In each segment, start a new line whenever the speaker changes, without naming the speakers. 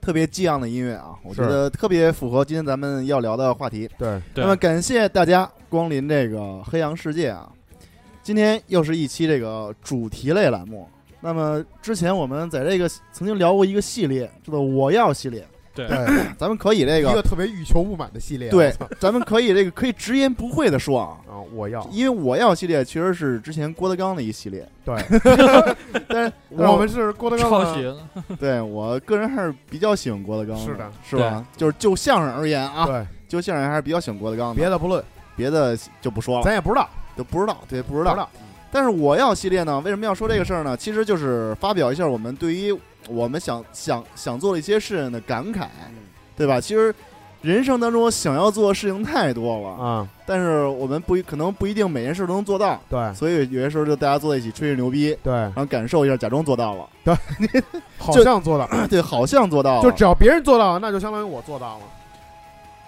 特别激昂的音乐啊，我觉
是
得特别符合今天咱们要聊的话题。
对，
对
那么感谢大家光临这个黑羊世界啊！今天又是一期这个主题类栏目。那么之前我们在这个曾经聊过一个系列，叫做“我要”系列，
对
对
咱们可以这
一
个
个特别欲求不满的系列啊，
对
我操，
咱们可以这个可以直言不讳的说啊，
啊，我要
因为“我要”系列其实是之前郭德纲的一系 列，
对，
但是但是
我们是郭德纲
抄
的
袭了，
对我个人还是比较喜欢郭德纲，
是的，
是吧？就是就相声而言啊，
对，
就相声还是比较喜欢郭德纲的，
别的不论，
别的就不说了，
咱也不知道，
就不知道，对，不
不
知道。但是我要系列呢，为什么要说这个事儿呢？其实就是发表一下我们对于我们想想想做的一些事情的感慨，
嗯
对吧？其实人生当中想要做的事情太多了，
啊，
但是我们不一可能不一定每件事都能做到，
对
所以有些时候就大家坐在一起吹吹牛逼，
对
然，后感受一下，假装做 到了，
好
就
像做到，
对，好像做到了，
就只要别人做到，那就相当于我做到了，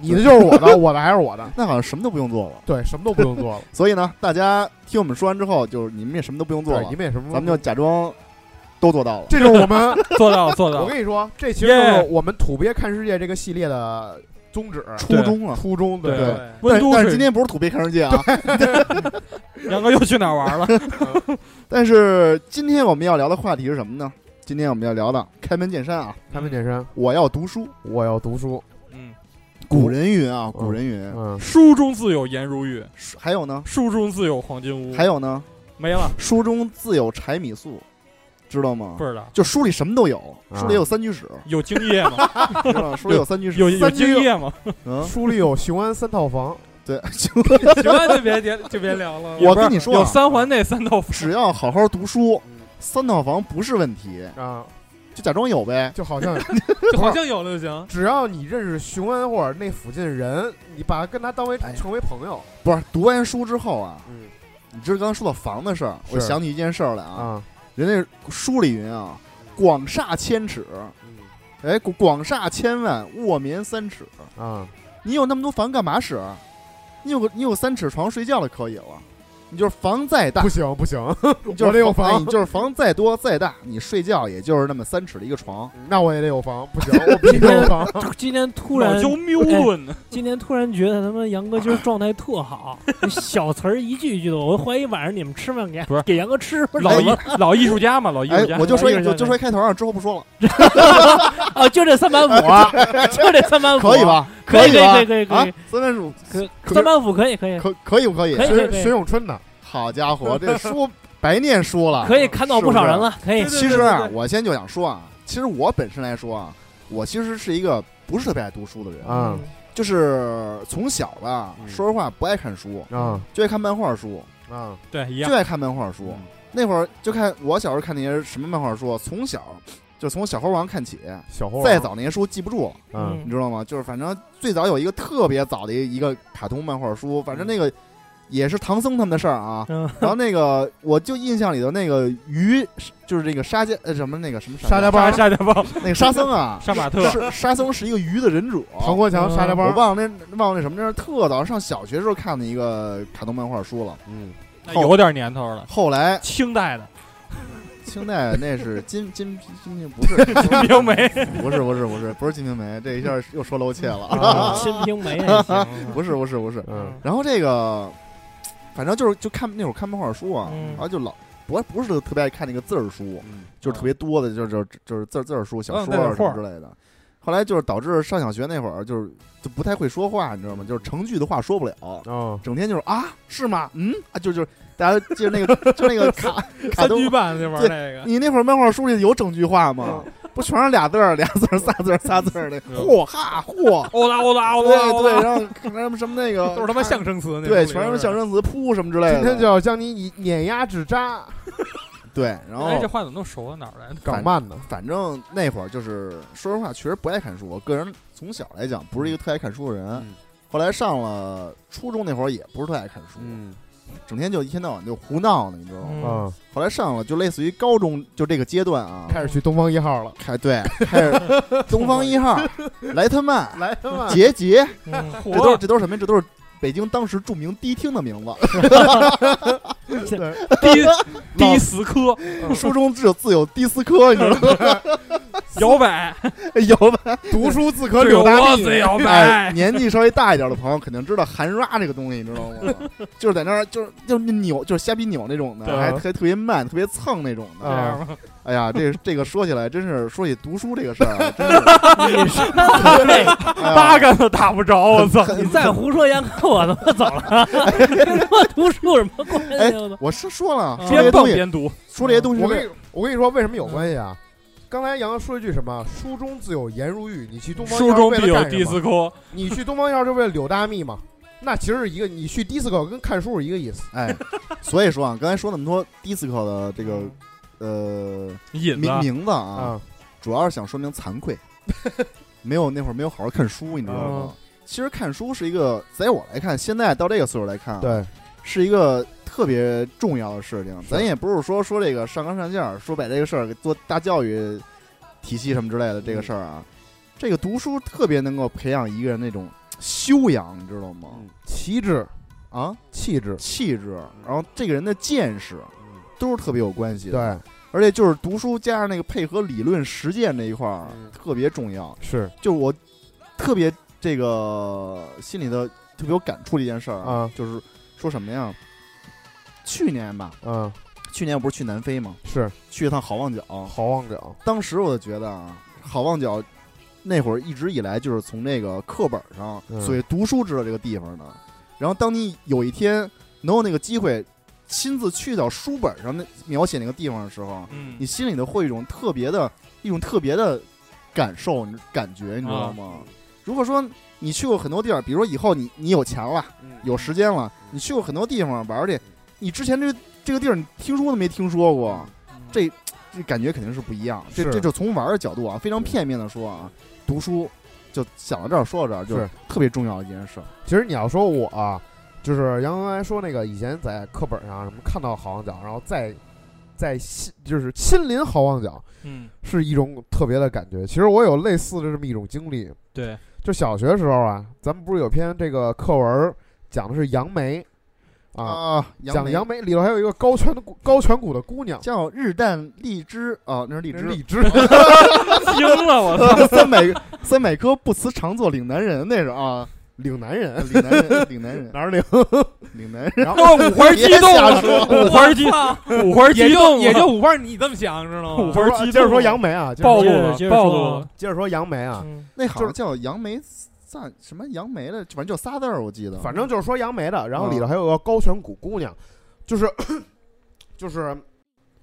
你的就是我的，我的还是我的，
那好像什么都不用做了。
对，什么都不用做了，
所以呢，大家听我们说完之后，就是你们也什么都不用 做
对，
了
你，们也什么，
咱们就假装都做到了。
这就是我们
做到了做到
我
了，
跟你说，这其实就是
耶
我们土鳖看世界这个系列的宗旨、
初中啊，
初衷，
对
不对？
温
但
都
但
水
是今天不是土鳖看世界啊，
杨哥又去哪儿 玩了？
但是今天我们要聊的话题是什么呢？今天我们要聊的开门见山啊，
开门见山，
我要读书。
我要读书。
嗯，
古人云啊，
嗯
古人云，
嗯，
书中自有颜如玉，
还有呢，
书中自有黄金屋，
还有呢，
没了，
书中自有柴米粟，知道吗
不？知道
就书里什么都有，
啊
书里有三居室，
有精液 吗？
知道吗？书里有三居室，
有有
三居
精液 吗？
嗯，
书里有雄安三套房，
对，
行 了，就别别就别聊了。
我
不是
跟你说啊
有三环内三道
只要好好读书，三套房不是问题，
啊，
就假装有呗。
就好像
就
啊
好像有了就 行。
只要你认识雄安或者那附近的人，你把他跟他当为
哎呀
成为朋友。
不是读完书之后啊，
嗯
你知道刚刚说到房的事儿，
是
我想起一件事儿来啊，
啊，
人家书里云啊，广厦千尺，哎，广广厦千万，卧眠三尺。
啊，
你有那么多房干嘛使？啊你有个你有三尺床睡觉了可以了，你就是房再大
不，行 不行，
你就
我
是
得有
房，哎
房
你，就是房再多再大，你睡觉也就是那么三尺的一个床。
那我也得有房，不行，我必须得 有房。
今天突然
老，就
哎
谬呢，
今天突然觉得他妈杨哥今儿状态特好，小词儿一句一句的，我怀疑晚上你们吃饭给
不是
给杨哥吃吧
老艺老艺术家嘛，老艺
哎
术家，。
我就说一
一会儿
就
再
就说一开头啊，之后不说了，
哦，就这三板斧， 就这三板斧，
可以？吧？
啊可以
以吧？
可以可以可以
啊
可以，
三百五
可三板斧可以可以，
可可以不可以？
可以
学学咏春的，
好家伙，这书白念书了，
可以看到不少人
是
了，可以
不是。其实啊，我先就想说啊，其实我本身来说啊，我其实是一个不是特别爱读书的人，
啊
就是从小吧，
嗯
说实话不爱看书，
啊
就爱看漫画书，
啊，
对一
就
样，
爱看漫画书。
嗯
那会儿就看我小时候看那些什么漫画书，啊从小就从小猴王看起，
小猴
再早那些书记不住，
啊，
嗯
你知道吗？就是反正最早有一个特别早的一个卡通漫画书，反
嗯
正那个也是唐僧他们的事儿啊。
嗯
然后那个我就印象里头那个鱼，就是那个沙家呃什么那个什么
沙家
家
浜
下下家帮，
那个沙僧啊
杀马特，
是沙僧是一个鱼的忍者。
唐国强、
嗯
沙家
我
浜，
忘了那忘了那什么，那是特早上小学时候看的一个卡通漫画书了。
嗯，
那有点年头了，
后来
清代的
清代那是金金金金不是金
《冰梅》
不是不是不是不是金瓶梅，这一下又说漏怯了，
啊
新兵没还 行，
不是不是不是。
嗯
然后这个，反正就是就看那会儿看漫画书啊，
嗯
然后就老我不是特别爱看那个字儿书，
嗯
就是特别多的，就是就是就是字儿字儿书、小
嗯
说
那
啊
是
什么
画
之类的。后来就是导致上小学那会儿，就是就不太会说话，你知道吗？就是成句的话说不了，
啊，
整天就是啊，是吗？嗯啊，就就是大家记得那个就那 个卡卡
三
通
居，半那玩意儿那个，
你那会儿漫画书里有整句话吗？不全是俩字儿、俩字儿、仨字儿、仨字儿的，
嗯
嚯哈 嚯，
欧哦啦欧啦欧啦
对
欧
对，
啦，
然后可能什么什么那个
都是他妈象声词，那
对，
种
全是
就是
象声词扑什么之类的。
今天就要将你以碾压至渣，
对，然
哎，这
后
话怎么那么熟啊？哪儿来的？
港漫呢？
反正那会儿就是说实话，确实不爱看书。我个人从小来讲不是一个特爱看书的人，
嗯
后来上了初中那会儿也不是特爱看书，
嗯
整天就一天到晚就胡闹呢，你知道吗？
嗯
啊，
后来上了就类似于高中就这个阶段啊，
开始去东方一号了，
开对开始 东方一号、莱特曼、
来他妈
杰杰，
嗯
这都是
火
这都是什么呀？这都是北京当时著名迪厅的名字。
低低死磕，
书中自有自有迪斯科，你知道吗？
摇摆，
有吧？
读书自可
对
柳大
窝
蜜，
子摇
哎，
摆，
年纪稍微大一点的朋友肯定知道含刷这个东西，你知道吗？就是在那儿，就是就是扭，就是瞎逼扭那种的，
对
还还特别慢，特别蹭那种
这
啊
的。
嗯
样吗？
哎呀，这这个说起来真是，说起读书这个事儿啊，真是
对，
哎呀
八竿子打不着，我操！
你再胡说严哥，我他妈走了，跟他妈读书有什么关系啊？我操
我是说了，
嗯
说这些
边
东
蹦
西，
边读，
说这些东西
我
是
跟
为，嗯
你我跟你说为什么有关系啊？刚才杨洋说一句什么“书中自有颜如玉”，你去东方
书
一号
中
为
必
了
有
干什
迪
么？
斯科，
你去东方一号是为了柳大蜜嘛？那其实是一个你去迪斯科跟看书是一个意思。
哎，所以说啊，刚才说那么多 disco 的这个呃
引子
名名字啊，
啊，
主要是想说明惭愧， 没有那会儿没有好好看书，你知道吗？
哦
其实看书是一个，在我来看，现在到这个岁数来看啊，
对，
是一个特别重要的事情。咱也不是说说这个上纲上线儿，说把这个事儿给做大教育体系什么之类的
嗯
这个事儿啊，这个读书特别能够培养一个人那种修养，你知道吗？
气质，
啊，
气质，
气质，
嗯
然后这个人的见识都是特别有关系的。，
对，
而且就是读书加上那个配合理论实践这一块儿、
嗯
特别重要。
是
就是我特别这个心里头特别有感触的一件事儿
啊
就是说什么呀？去年吧，
嗯，
去年我不是去南非吗？
是
去一趟好望角，
好望角，
当时我就觉得啊，好望角那会儿一直以来就是从那个课本上
嗯
所谓读书知道这个地方的。然后当你有一天能有那个机会亲自去到书本上那描写那个地方的时候，啊
嗯
你，心里头会有一种特别的一种特别的感受、你感觉，你知道
嗯
吗？如果说你去过很多地方，比如说以后你你有钱了，
嗯
有时间了，你去过很多地方玩儿去，你之前这这个地儿你听说都没听说过，这这感觉肯定是不一样。这
嗯是
这就从玩儿的角度啊，非常片面的说啊，读书就想到这儿说到这儿，就是特别重要的一件事儿。
其实你要说我、啊，就是杨刚才说那个以前在课本上什么看到好望角，然后再再亲就是亲临好望角，
嗯，
是一种特别的感觉。其实我有类似的这么一种经历，
对，
就小学的时候啊，咱们不是有篇这个课文讲的是杨梅啊，
啊，
讲
梅
杨梅里头还有一个高颧骨高颧骨的姑娘，
叫日啖荔枝啊，那是荔
那
枝
是，荔枝，
惊了，我操！
三百三百颗不辞常作岭南人，那是啊，
岭南 人，
岭南人，岭南人，
哪儿岭？
岭南人。
然后
哦，五花激动
别瞎
啊
说
了，五花激， 五花也激就动，啊
也
也
就
就五花，你这么想知
啊
道吗？
接着说接着说杨梅啊，接着
暴
说
露了
接着
暴
说
露
啊
了
接着说杨梅啊，
嗯
那好
就
像
是
叫杨梅赞什么杨梅的，反正就仨字儿，我记得。
反正就是说杨梅的，然后
嗯
里头还有个高颧骨姑娘，就是 就是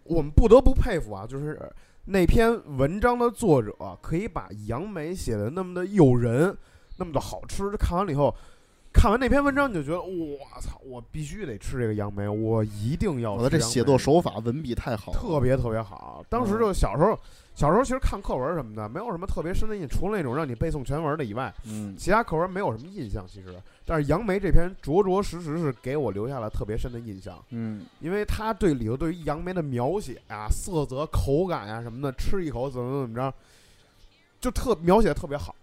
我们不得不佩服啊，就是那篇文章的作者可以把杨梅写的那么的诱人，那么的好吃。看完了以后，看完那篇文章你就觉得，我操，我必须得吃这个杨梅，我一定要
我
吃。
的这写作手法、文笔太好了，
特别特别好。当时就小时候，小时候其实看课文什么的，没有什么特别深的印象，除了那种让你背诵全文的以外。
嗯，
其他课文没有什么印象，其实，但是杨梅这篇着着实实是给我留下了特别深的印象，
嗯
因为他对里头对于杨梅的描写啊、色泽、口感呀、什么的，吃一口怎么怎么着，就特描写的特别好，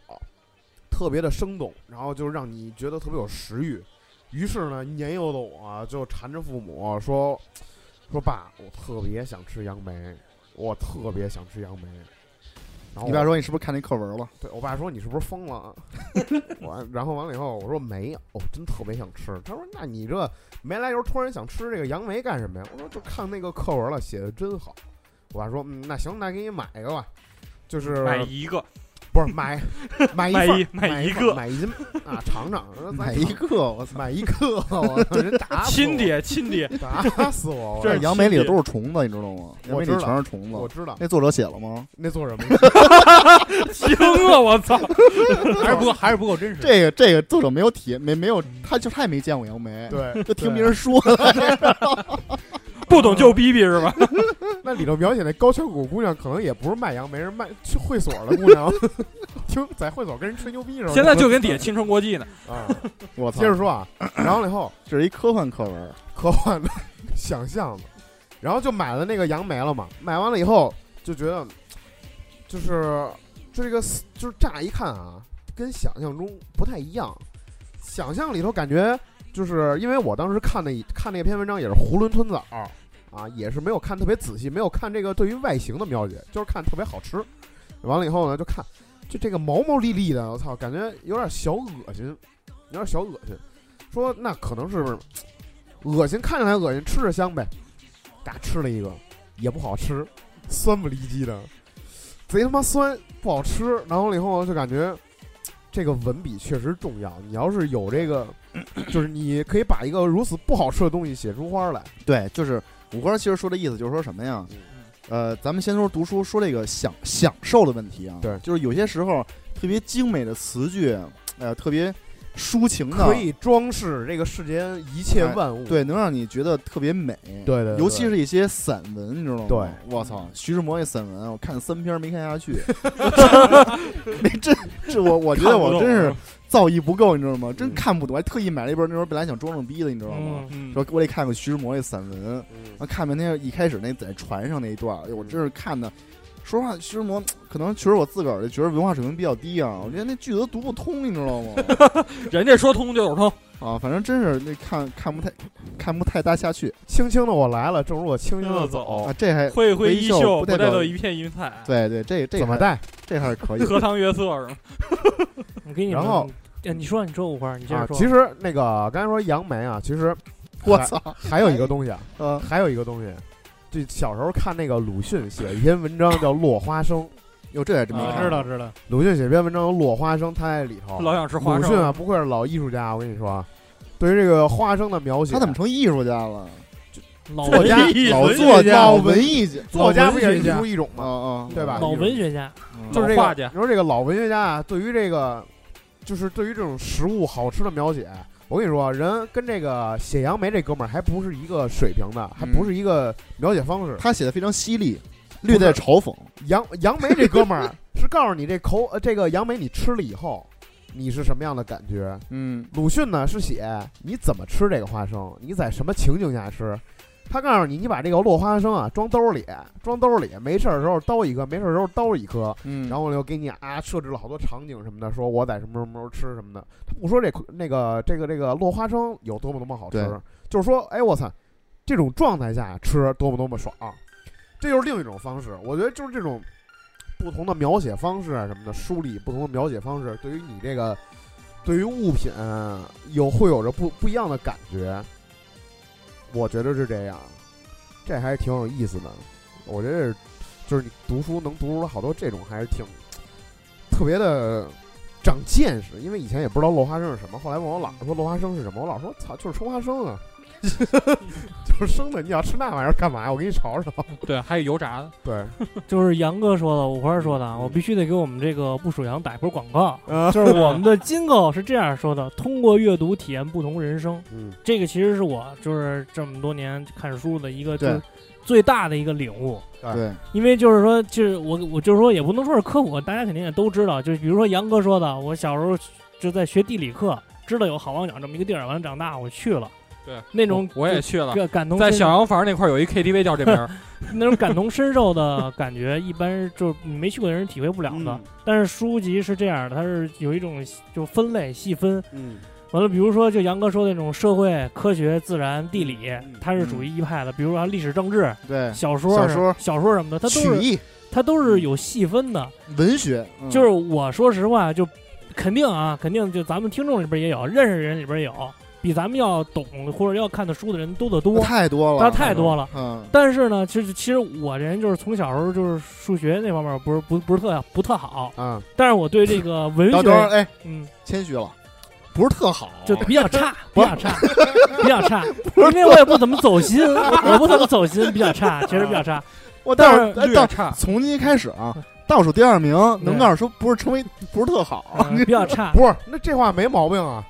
特别的生动，然后就是让你觉得特别有食欲。于是呢，年幼的我啊、就缠着父母啊说：“说爸，我特别想吃杨梅，我特别想吃杨梅。”然后
你
我
爸说你是不是看那课文了？
对我爸说你是不是疯了啊？我然后完了以后我说没有，我真特别想吃。他说那你这没来由突然想吃这个杨梅干什么呀？我说就看那个课文了，写的真好。我爸说嗯那行，那给你买一个吧，就是
买一个，
不是买买一
买
份
一
儿买
买一
份儿
个
买一斤啊尝尝，我说咱
哪一
尝
个？我操！
买一个，我操人打死
亲
我，
爹亲 爹，
打死我！我
这
但
是
是杨梅里头都是虫子，你知道吗？杨
我
梅
知
里
道
全是虫
我
子。
知道
那作者写了吗？
那做什么？
哎
惊了，啊我操！
还是不够，还是不够真实。
这个这个作者没有体没没有，他就他也没见过杨梅，
对，
就听别人说的。
不懂就逼逼是 吧？
那里头描写那高颧骨姑娘，可能也不是卖杨梅，是卖去会所的姑娘， 听在会所跟人吹牛逼似的。
现在就跟底下青春国际呢，
啊，
我操！
接着说啊，然后了以后
这是一科幻课文，
科幻的 想象的，然后就买了那个杨梅了嘛。买完了以后就觉得，就是就这个就是乍一看啊，跟想象中不太一样。想象里头感觉就是因为我当时看那看那篇文章也是囫囵吞枣啊，也是没有看特别仔细，没有看这个对于外形的描写，就是看特别好吃。完了以后呢，就看就这个毛毛粒粒的，我操，感觉有点小恶心，有点小恶心。说那可能是恶心，看着还恶心，吃着香呗。嘎吃了一个，也不好吃，酸不离叽的，贼他妈酸，不好吃。然后了以后就感觉这个文笔确实重要，你要是有这个， 就是你可以把一个如此不好吃的东西写出花来。
对，就是五花其实说的意思就是说什么呀？
嗯
呃，咱们先说读书，说这个享享受的问题啊。
对
就是有些时候特别精美的词句，呃，特别抒情的，
可以装饰这个世间一切万物。
对，能让你觉得特别美。
对对对
尤其是一些散文，你知道吗？
对，
我操，徐志摩那散文，我看三篇没看下 去，没真这我我觉得我真是造诣不够，你知道吗？真
啊嗯
看不懂，还特意买了一本那时候本来想装装逼的，你知道吗？
嗯，
说我得看看徐志摩那散文，
嗯
啊，看完那个一开始那在船上那一段儿，哎呦，我真是看的。说实话，徐志摩可能确实我自个儿觉得文化水平比较低啊，我觉得那句子都读不通，你知道吗？
人家说通就是通，
啊，反正真是那看看不太看不太搭下去
轻轻的我来了，正如我轻轻的
啊
走，，
这还
挥一挥衣
袖
袖，
不
不
代
带
表
走一片云彩。
对对，这这
啊怎么
还
带？
这还是可以的。
荷塘月色是吗？
我给你们，
然后
呃你说你说五花，你接
啊
着，说。
其实那个刚才说杨梅啊，其实
我
还
操，
还有一个东西啊，
呃，
还有一个东西，就小时候看那个鲁迅写了一篇文章叫《落花生》，
哟，这还真没
啊
看
知
过
道知道，
鲁迅写篇文章有《落花生》，他在里头。
老想吃花
鲁迅啊，
生，
不愧是老艺术家，我跟你说啊，对于这个花生的描写，
他怎么成艺术家了？
老
作家
文
老
老
作家、
老
老
文
文艺家，
作家不也
老
是
文
艺
学家
术一种
啊
吗？
啊，
对吧
老文学 家，
嗯
就是这
老画
个，
家
你说这个老文学家啊，对于这个，就是对于这种食物好吃的描写，我跟你说啊，人跟这个写杨梅这哥们儿还不是一个水平的，还不是一个描写方式。
他写的非常犀利，略带嘲讽。
杨杨梅这哥们儿是告诉你这口呃这个杨梅你吃了以后，你是什么样的感觉？
嗯，
鲁迅呢是写你怎么吃这个花生，你在什么情景下吃。他告诉你，你把这个落花生啊装兜里，装兜里，没事儿的时候兜一个，没事儿的时候兜一颗，
嗯
然后又给你啊设置了好多场景什么的，说我在什么什么时候吃什么的。他不说这那个这个这个落花生有多么多么好
对
吃，就是说，哎我操，这种状态下吃多么多么爽，这就是另一种方式。我觉得就是这种不同的描写方式啊什么的，梳理不同的描写方式，对于你这个对于物品有会有着不不一样的感觉。我觉得是这样，这还是挺有意思的。我觉得是就是你读书能读出来好多这种，还是挺特别的长见识。因为以前也不知道落花生是什么，后来问我姥姥说落花生是什么，我姥说操，就是生花生 啊，就是生的。你要吃那玩意儿干嘛呀？我给你炒炒。
对，还有油炸的，
对，
就是杨哥说的，五花说的啊，
嗯
我必须得给我们这个不属羊打一波广告。
啊，
就是我们的金狗是这样说的：通过阅读体验不同人生。
嗯，
这个其实是我就是这么多年看书的一个
对
最最大的一个领悟。
对，
因为就是说，就是我我就是说也不能说是科普，大家肯定也都知道。就是比如说杨哥说的，我小时候就在学地理课，知道有好望角这么一个地儿，完了长大我去了，
对，
那种
我也去了，
感感同
在
身
小洋房那块儿有一 KTV 叫这 名儿，
那种感同身受的感觉，一般是就是你没去过的人体会不了
嗯
的。但是书籍是这样的，它是有一种就分类细分。
嗯，
完了，比如说就杨哥说的那种社会科学、自然、地理
嗯嗯，
它是属于一派的。比如说历史、政治、
对，
小说、
小说
小说什么的，它
曲
都是
艺、
它都是有细分的。
文学，嗯
就是我说实话，就肯定啊，肯定就咱们听众里边也有，认识的人里边也有，比咱们要懂或者要看的书的人多得
那
多，
太多了，
但是太多了。
嗯，
但是呢，其实其实我这人就是从小时候就是数学那方面不是不不是特不特好，
啊，
但是我对这个文
等等会儿，
学，
哎，
嗯，
谦虚了，不是特好，
就比较差，比较差，比较差，因为我也不怎么走心，我不怎么走心，比较差，确实比较差。
我
但
待
是嗯
会儿哎
略
到
差。
从今开始啊，倒数第二名能告诉说不是成为不是特好，
嗯比较差，
不是，那这话没毛病啊，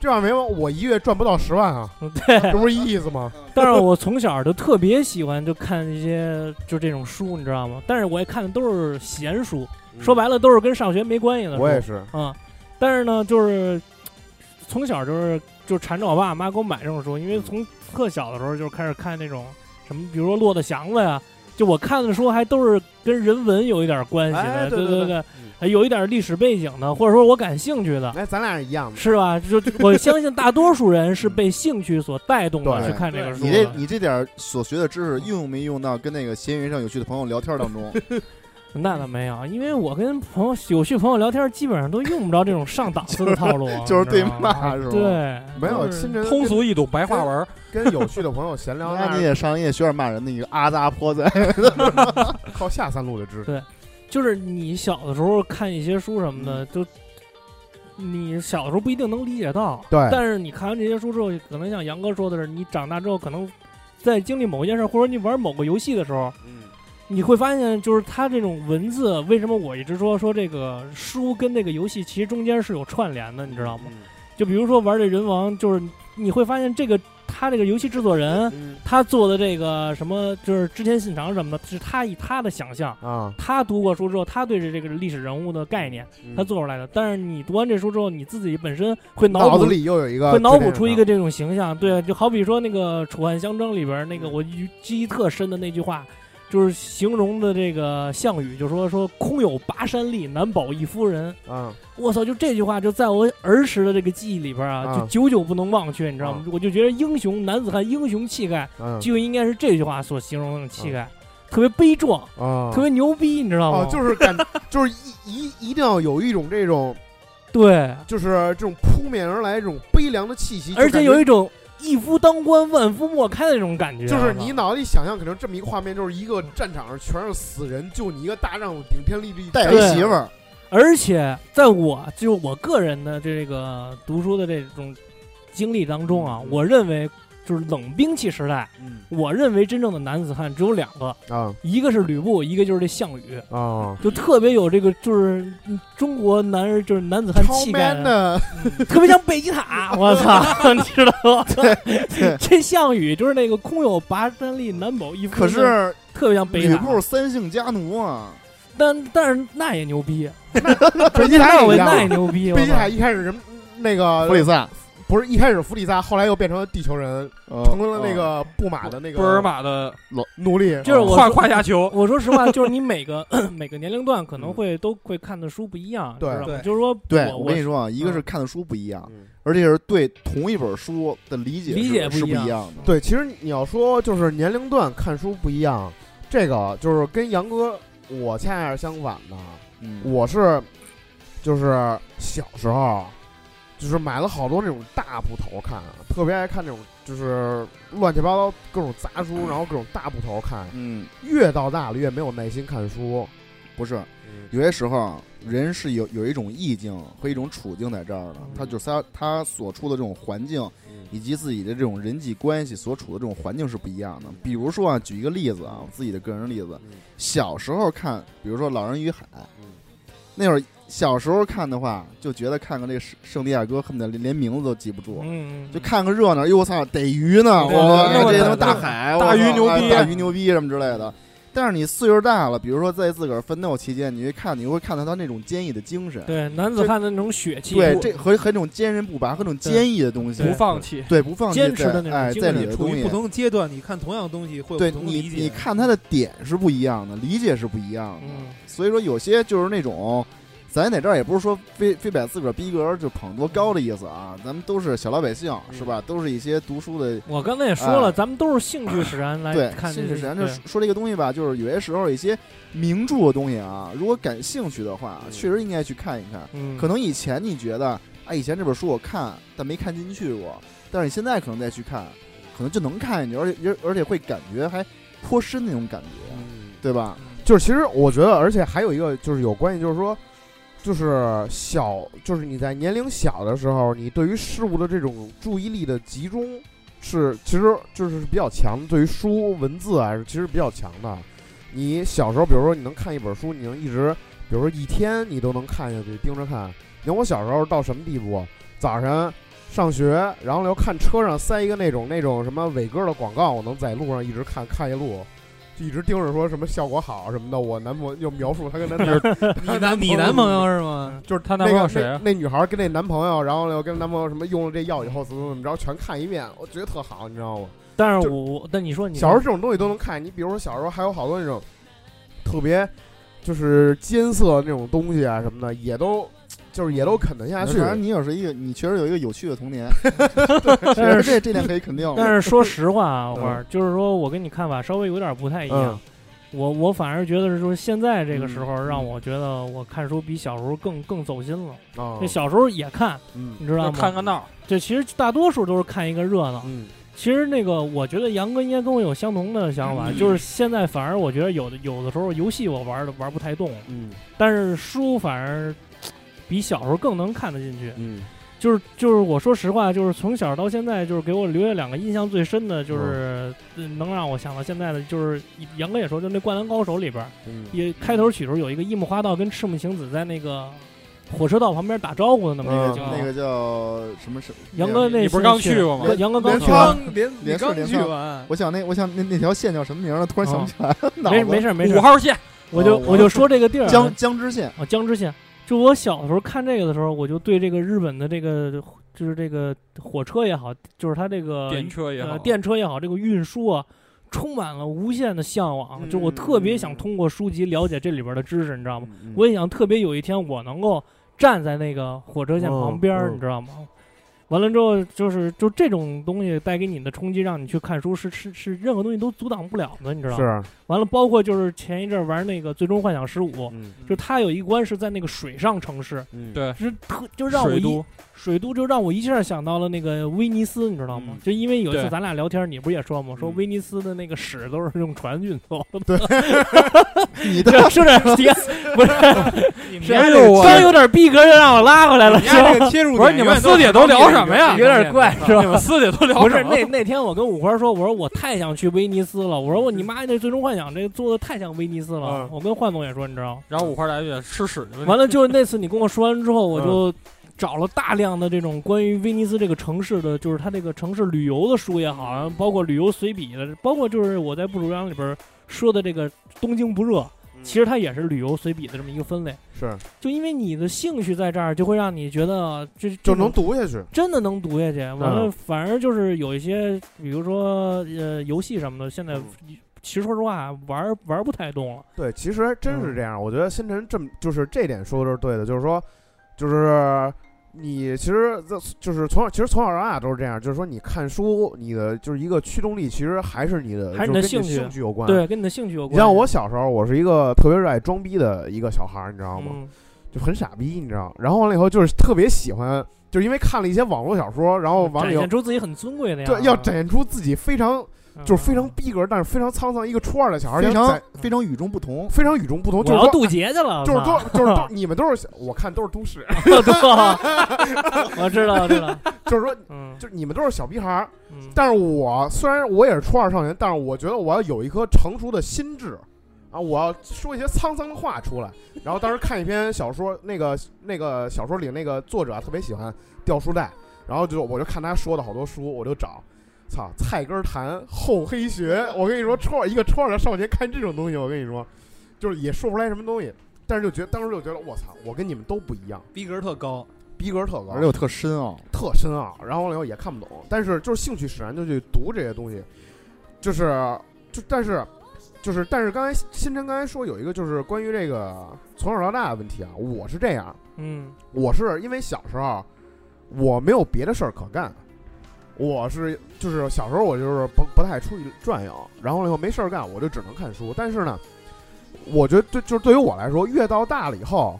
这话没毛，我一月赚不到十万啊，
嗯对，
这不是意思吗？
但是我从小就特别喜欢就看一些就这种书，你知道吗？但是我也看的都是闲书，说白了都是跟上学没关系的。
我也
是
是，
啊、但是呢，就是从小就是就缠着我爸妈给我买这种书，因为从特小的时候就开始看那种什么，比如说《骆驼祥子》呀，就我看的书还都是跟人文有一点关系的，
哎对
对
对对
对，还有一点历史背景的，或者说我感兴趣的。
哎，咱俩是一样的。
是吧？就就我相信大多数人是被兴趣所带动的
对
去看这个书的。
你这你这点儿所学的知识应用没用到跟那个闲鱼上有趣的朋友聊天当中？，
那倒没有，因为我跟朋友有些朋友聊天，基本上都用不着这种上档次的套路啊
就是对
你知道吗
骂是吧？，
对，
没
嗯
有
就是
亲人
通俗易懂白话文儿，
跟跟有趣的朋友闲 聊，
那
那
你也上夜学点骂人的一个阿扎泼在，
靠下三路的知识。
就是你小的时候看一些书什么的，就你小的时候不一定能理解到，
对
但是你看完这些书之后，可能像杨哥说的是，你长大之后可能在经历某一件事，或者你玩某个游戏的时候，
嗯，
你会发现，就是它这种文字，为什么我一直说说这个书跟这个游戏其实中间是有串联的，你知
嗯
道吗？就比如说玩这人王，就是你会发现这个他这个游戏制作人。
嗯？
他做的这个什么，就是织田信长什么的，是他以他的想象，
啊，
他读过书之后，他对这这个历史人物的概念，
嗯
他做出来的。但是你读完这书之后，你自己本身会脑
脑
补
子，里啊又有一个，
会脑补出一个，这种形象。对，就好比说那个《楚汉相争》里边那个，我记忆特深的那句
嗯
话，就是形容的这个项羽，就说说空有拔山力，难保一夫人。
嗯，
我操！就这句话，就在我儿时的这个记忆里边啊，
啊
就久久不能忘却，你知道吗？我就觉得英雄男子汉英雄气概，
嗯，
就应该是这句话所形容的那种气概，特别悲壮，
啊，
特别牛逼，你知道吗？
哦，就是感， 就是一一一定要有一种这种，
对，
就是这种扑面而来这种悲凉的气息，
而
就感
且
觉
有一种一夫当关万夫莫开的那种感觉，
就是你脑子里想象可能这么一个画面，就是一个战场上全是死人，就你一个大丈夫顶天立地，
带
对
一媳妇儿，
而且在我就是我个人的这个读书的这种经历当中啊，我认为就是冷兵器时代，
嗯
我认为真正的男子汉只有两个，
嗯
啊
一个是吕布，一个就是这项羽。
啊，
就特别有这个，就是嗯中国男人，就是男子汉
超
气概
啊
man 的，
特别像贝吉塔， 我操， 你知道吗？
对
这项羽就是那个空有拔山力，难保一夫。
可是
特别像贝吉
吕
塔，
布三姓家奴啊，
但但是那也牛逼，
贝吉塔
那
也
我
一
那也
样，啊
牛逼，
贝吉塔
我操
一开始人那个
啊
弗里萨
不是一开始弗利萨，后来又变成了地球人，
呃
成为了那
呃
个布马的那个
布尔玛的
奴隶，哦
就是我
胯胯下球，
我说实话，就是你每个 每个年龄段可能会都会看的书不一样，
对
你知道吗
对
就是说，
对
我
我
我
跟你说啊，一个
嗯
是看的书不一样，
嗯
而且是对同一本书的理解
理解
是
不
是
一
不
样
一样的。
对，其实你要说就是年龄段看书不一样，这个就是跟杨哥我恰恰是相反的。
嗯，
我是就是小时候，就是买了好多那种大部头看，特别爱看那种就是乱七八糟各种杂书，然后各种大部头看。
嗯，
越到大了越没有耐心看书。
不是，
嗯
有些时候啊，人是有有一种意境和一种处境在这儿的，
嗯
他就是他他所处的这种环境以及自己的这种人际关系所处的这种环境是不一样的。比如说啊，举一个例子啊，我自己的个人例子，小时候看，比如说《老人与海》，那会儿小时候看的话，就觉得看看这个圣圣地亚哥，恨不得连连名字都记不住。
嗯，
就看个热闹，哎呦我操，逮鱼呢！我
对
操，
对
这他妈
对对
大
对
海，
大
我操
鱼牛
哎
逼
大鱼牛逼什么之类的。但是你岁数大了，比如说在自个儿奋斗期间，你会看，你会看到他那种坚毅的精神，
嗯对男子汉的那种血气，
对，这和和那种坚韧不拔和那种坚毅的东西，
对
不放弃。
对不放弃
坚持的
在
那种
哎，
精
在
神
里的
处
东
于
西，
不同的阶段，你看同样的东西会有
对
不同的
你
理解。
你看他的点是不一样的，理解是不一样的。
嗯，
所以说有些就是那种，咱在这儿也不是说非非把自个儿逼格儿就捧多高的意思啊，咱们都是小老百姓是吧？都是一些读书的，
我刚才也说了，
哎
咱们都是兴趣使然来
对，
看这
兴
个，
趣使然就
对
说说这个东西吧，就是有些时候一些名著的东西啊，如果感兴趣的话，确实应该去看一看。
嗯，
可能以前你觉得，哎，以前这本书我看，但没看进去过，但是你现在可能再去看，可能就能看进去，而且而而且会感觉还颇深那种感觉，对吧？
就是其实我觉得，而且还有一个就是有关系，就是说，就是小，就是你在年龄小的时候，你对于事物的这种注意力的集中是，其实就是比较强的，对于书文字啊，其实比较强的。你小时候，比如说你能看一本书，你能一直，比如说一天你都能看下去，盯着看。你看我小时候到什么地步？早晨上学，然后要看车上塞一个那种那种什么伟哥的广告，我能在路上一直看看一路。就一直盯着说什么效果好什么的，我男朋友就描述他跟他那
你男你男朋友是吗？
就是她
那
男朋友
个
谁啊
那？那女孩跟那男朋友，然后又跟男朋友什么用了这药以后怎么怎么着，全看一遍，我觉得特好，你知道吗？
但是
就
我我，但你说你
小时候这种东西都能看，你比如说小时候还有好多那种特别就是艰涩的那种东西啊什么的，也都就是也都啃得下去
反。正你也是一个，你确实有一个有趣的童年，
但是
这这点可以肯定。
但是说实话啊，
嗯
花儿，就是说我跟你看法稍微有点不太一样
嗯。
我我反而觉得是说现在这个时候让我觉得我看书比小时候更更走心了。
啊
这，小时候也看，
嗯
你知道
就
吗？
看个闹儿，
这其实大多数都是看一个热闹。
嗯
其实那个，我觉得杨哥应该跟我有相同的想
嗯
法，就是现在反而我觉得有的有的时候游戏我玩的玩不太动，
嗯
但是书反而比小时候更能看得进去。
嗯，
就是就是我说实话，就是从小到现在，就是给我留下两个印象最深的，
嗯
就是、呃能让我想到现在的，就是杨哥也说，就那《灌篮高手》里边儿，
嗯
也开头曲的时候有一个樱木花道跟赤木晴子在那个火车道旁边打招呼的那么一
嗯
个情况。
那个叫什么什？
杨哥那
你不是刚去过吗？
杨哥刚
连
去过
连上
刚连
连
你
上
刚
连
去
上
完，
我想那我想那那条线叫什么名儿了？突然想不起来了，脑
没
子
没事没
五
事，
号线，
我就
哦
我就说这个地 儿啊，
江江之线，
啊江之县。就我小的时候看这个的时候，我就对这个日本的这个就是这个火车也好，就是它这个
电车也好，
呃，电车也好，这个运输啊，充满了无限的向往。
嗯
就我特别想通过书籍了解这里边的知识，你知道吗？
嗯
我也想特别有一天我能够站在那个火车线旁边，
嗯嗯
你知道吗？完了之后，就是就这种东西带给你的冲击，让你去看书是是是任何东西都阻挡不了的，你知道吗？
是，啊
完了，包括就是前一阵儿玩那个《最终幻想十五》，
嗯
就它有一关是在那个水上城市，
嗯
对
是特就让我
水
一
都
水都就让我一下想到了那个威尼斯，你知道吗？
嗯
就因为有一次
对
咱俩聊天，你不是也说吗？说
嗯
威尼斯的那个屎都是用船运走的，
你啊的
这是不是？别不是，
你们
是
家这
哎呦
个
我
虽然有点逼格，又让我拉回来了，
你
是
家这
吧？
个切入
不是你们私底下都聊什么呀
有点怪，是
你
吧？
们私 底下都聊
不
什
是
么
那那天我跟五花说，我说我太想去威尼斯了，我说我你妈那最终幻想这个做的太像威尼斯了
嗯，
我跟幻总也说，你知道吗？
然后五花大月吃屎去了，
完了就是那次你跟我说完之后，
嗯
我就找了大量的这种关于威尼斯这个城市的，就是它这个城市旅游的书也好，啊包括旅游随笔的，包括就是我在部署章里边说的这个东京不热，
嗯
其实它也是旅游随笔的这么一个分类。
是
就因为你的兴趣在这儿，就会让你觉得这
就能读下去，
真的能读下去。
嗯
完了，反而就是有一些，比如说呃游戏什么的，现在
嗯
其实说实话玩儿玩儿不太动了。
对，其实还真
嗯
是这样。我觉得星辰这么就是这点说的是对的，就是说，就是你其实这就是从小，其实从小到大都是这样，就是说你看书，你的就是一个驱动力，其实还是你的，
还是你
就
的
跟
兴趣
兴趣有关。，
对，跟你的兴趣有
你
关。
像我小时候，我是一个特别热爱装逼的一个小孩儿，你知道吗？
嗯，
就很傻逼，你知道。然后完了以后，就是特别喜欢，就是因为看了一些网络小说，然后完了
展
以后
现，出自己很尊贵的样子。
对，要展现出自己非常
嗯
就是非常逼格，但是非常沧桑一个初二的小孩儿，
非
要
常
在
非常与众不同。
非常与众不同，
我
就是
要
说
渡劫去了，
就是 都
我操
就是都，你们都是我看都是都市，
我知道，我知道，
就是说
嗯
就是你们都是小逼孩儿，
嗯，
但是我虽然我也是初二少年，但是我觉得我要有一颗成熟的心智。啊！我要说一些沧桑的话出来。然后当时看一篇小说，那个那个小说里那个作者啊特别喜欢掉书袋，然后就我就看他说的好多书，我就找，操，菜根谭、厚黑学。我跟你说，初二一个初二的少年看这种东西，我跟你说，就是也说不出来什么东西，但是就觉得当时就觉得我操，我跟你们都不一样。
逼格特高，
逼格特高，
而且我特深啊奥，
特深奥，然后呢也看不懂，但是就是兴趣使然就去读这些东西，就是就但是就是但是刚才新辰刚才说有一个就是关于这个从小到大的问题啊，我是这样，
嗯
我是因为小时候我没有别的事儿可干，我是就是小时候我就是不不太出去转悠，然后了以后没事儿干，我就只能看书。但是呢，我觉得对就是对于我来说，越到大了以后，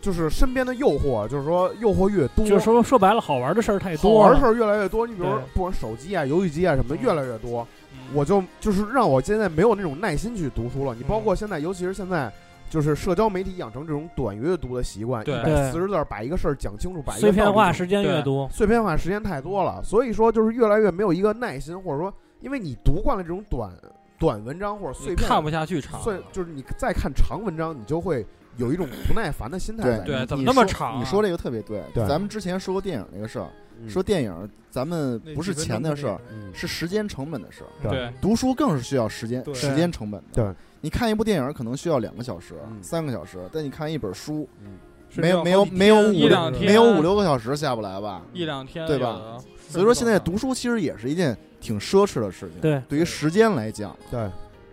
就是身边的诱惑，就是说诱惑越多，
就是说说白了，好玩的事儿太
好
哎多
玩的事
了。
儿越来越多。你比如说
对，
不管手机啊、游戏机啊什么的，
嗯
越来越多，
嗯
我就就是让我现在没有那种耐心去读书了。你包括现在，尤其是现在。就是社交媒体养成这种短阅读的习惯，一
对
百四十字儿把一个事儿讲清楚，把一个
碎片
道理
化
讲
时间越多，
碎片化时间太多了，所以说就是越来越没有一个耐心，或者说，因为你读惯了这种短短文章或者碎
你
片，
看不下去长，
碎就是你再看长文章，你就会有一种不耐烦的心态
对
在。
对，怎么
你
那么
说
长啊？
你说这个特别对。
对
咱们之前说过电影那个事儿，
嗯
说电影咱们不是钱的事儿，
嗯
是时间成本的事儿。
对
对，
读书更是需要时间
对
时间成本的。
对，
你看一部电影可能需要两个小时、
嗯
三个小时，但你看一本书，
嗯
没有没有没有
一
五
两
六
天啊
没有五六个小时下不来吧？
一两天
对吧
有的？
所以说现在读书其实也是一件挺奢侈的事情。
对，
对于时间来讲，
对，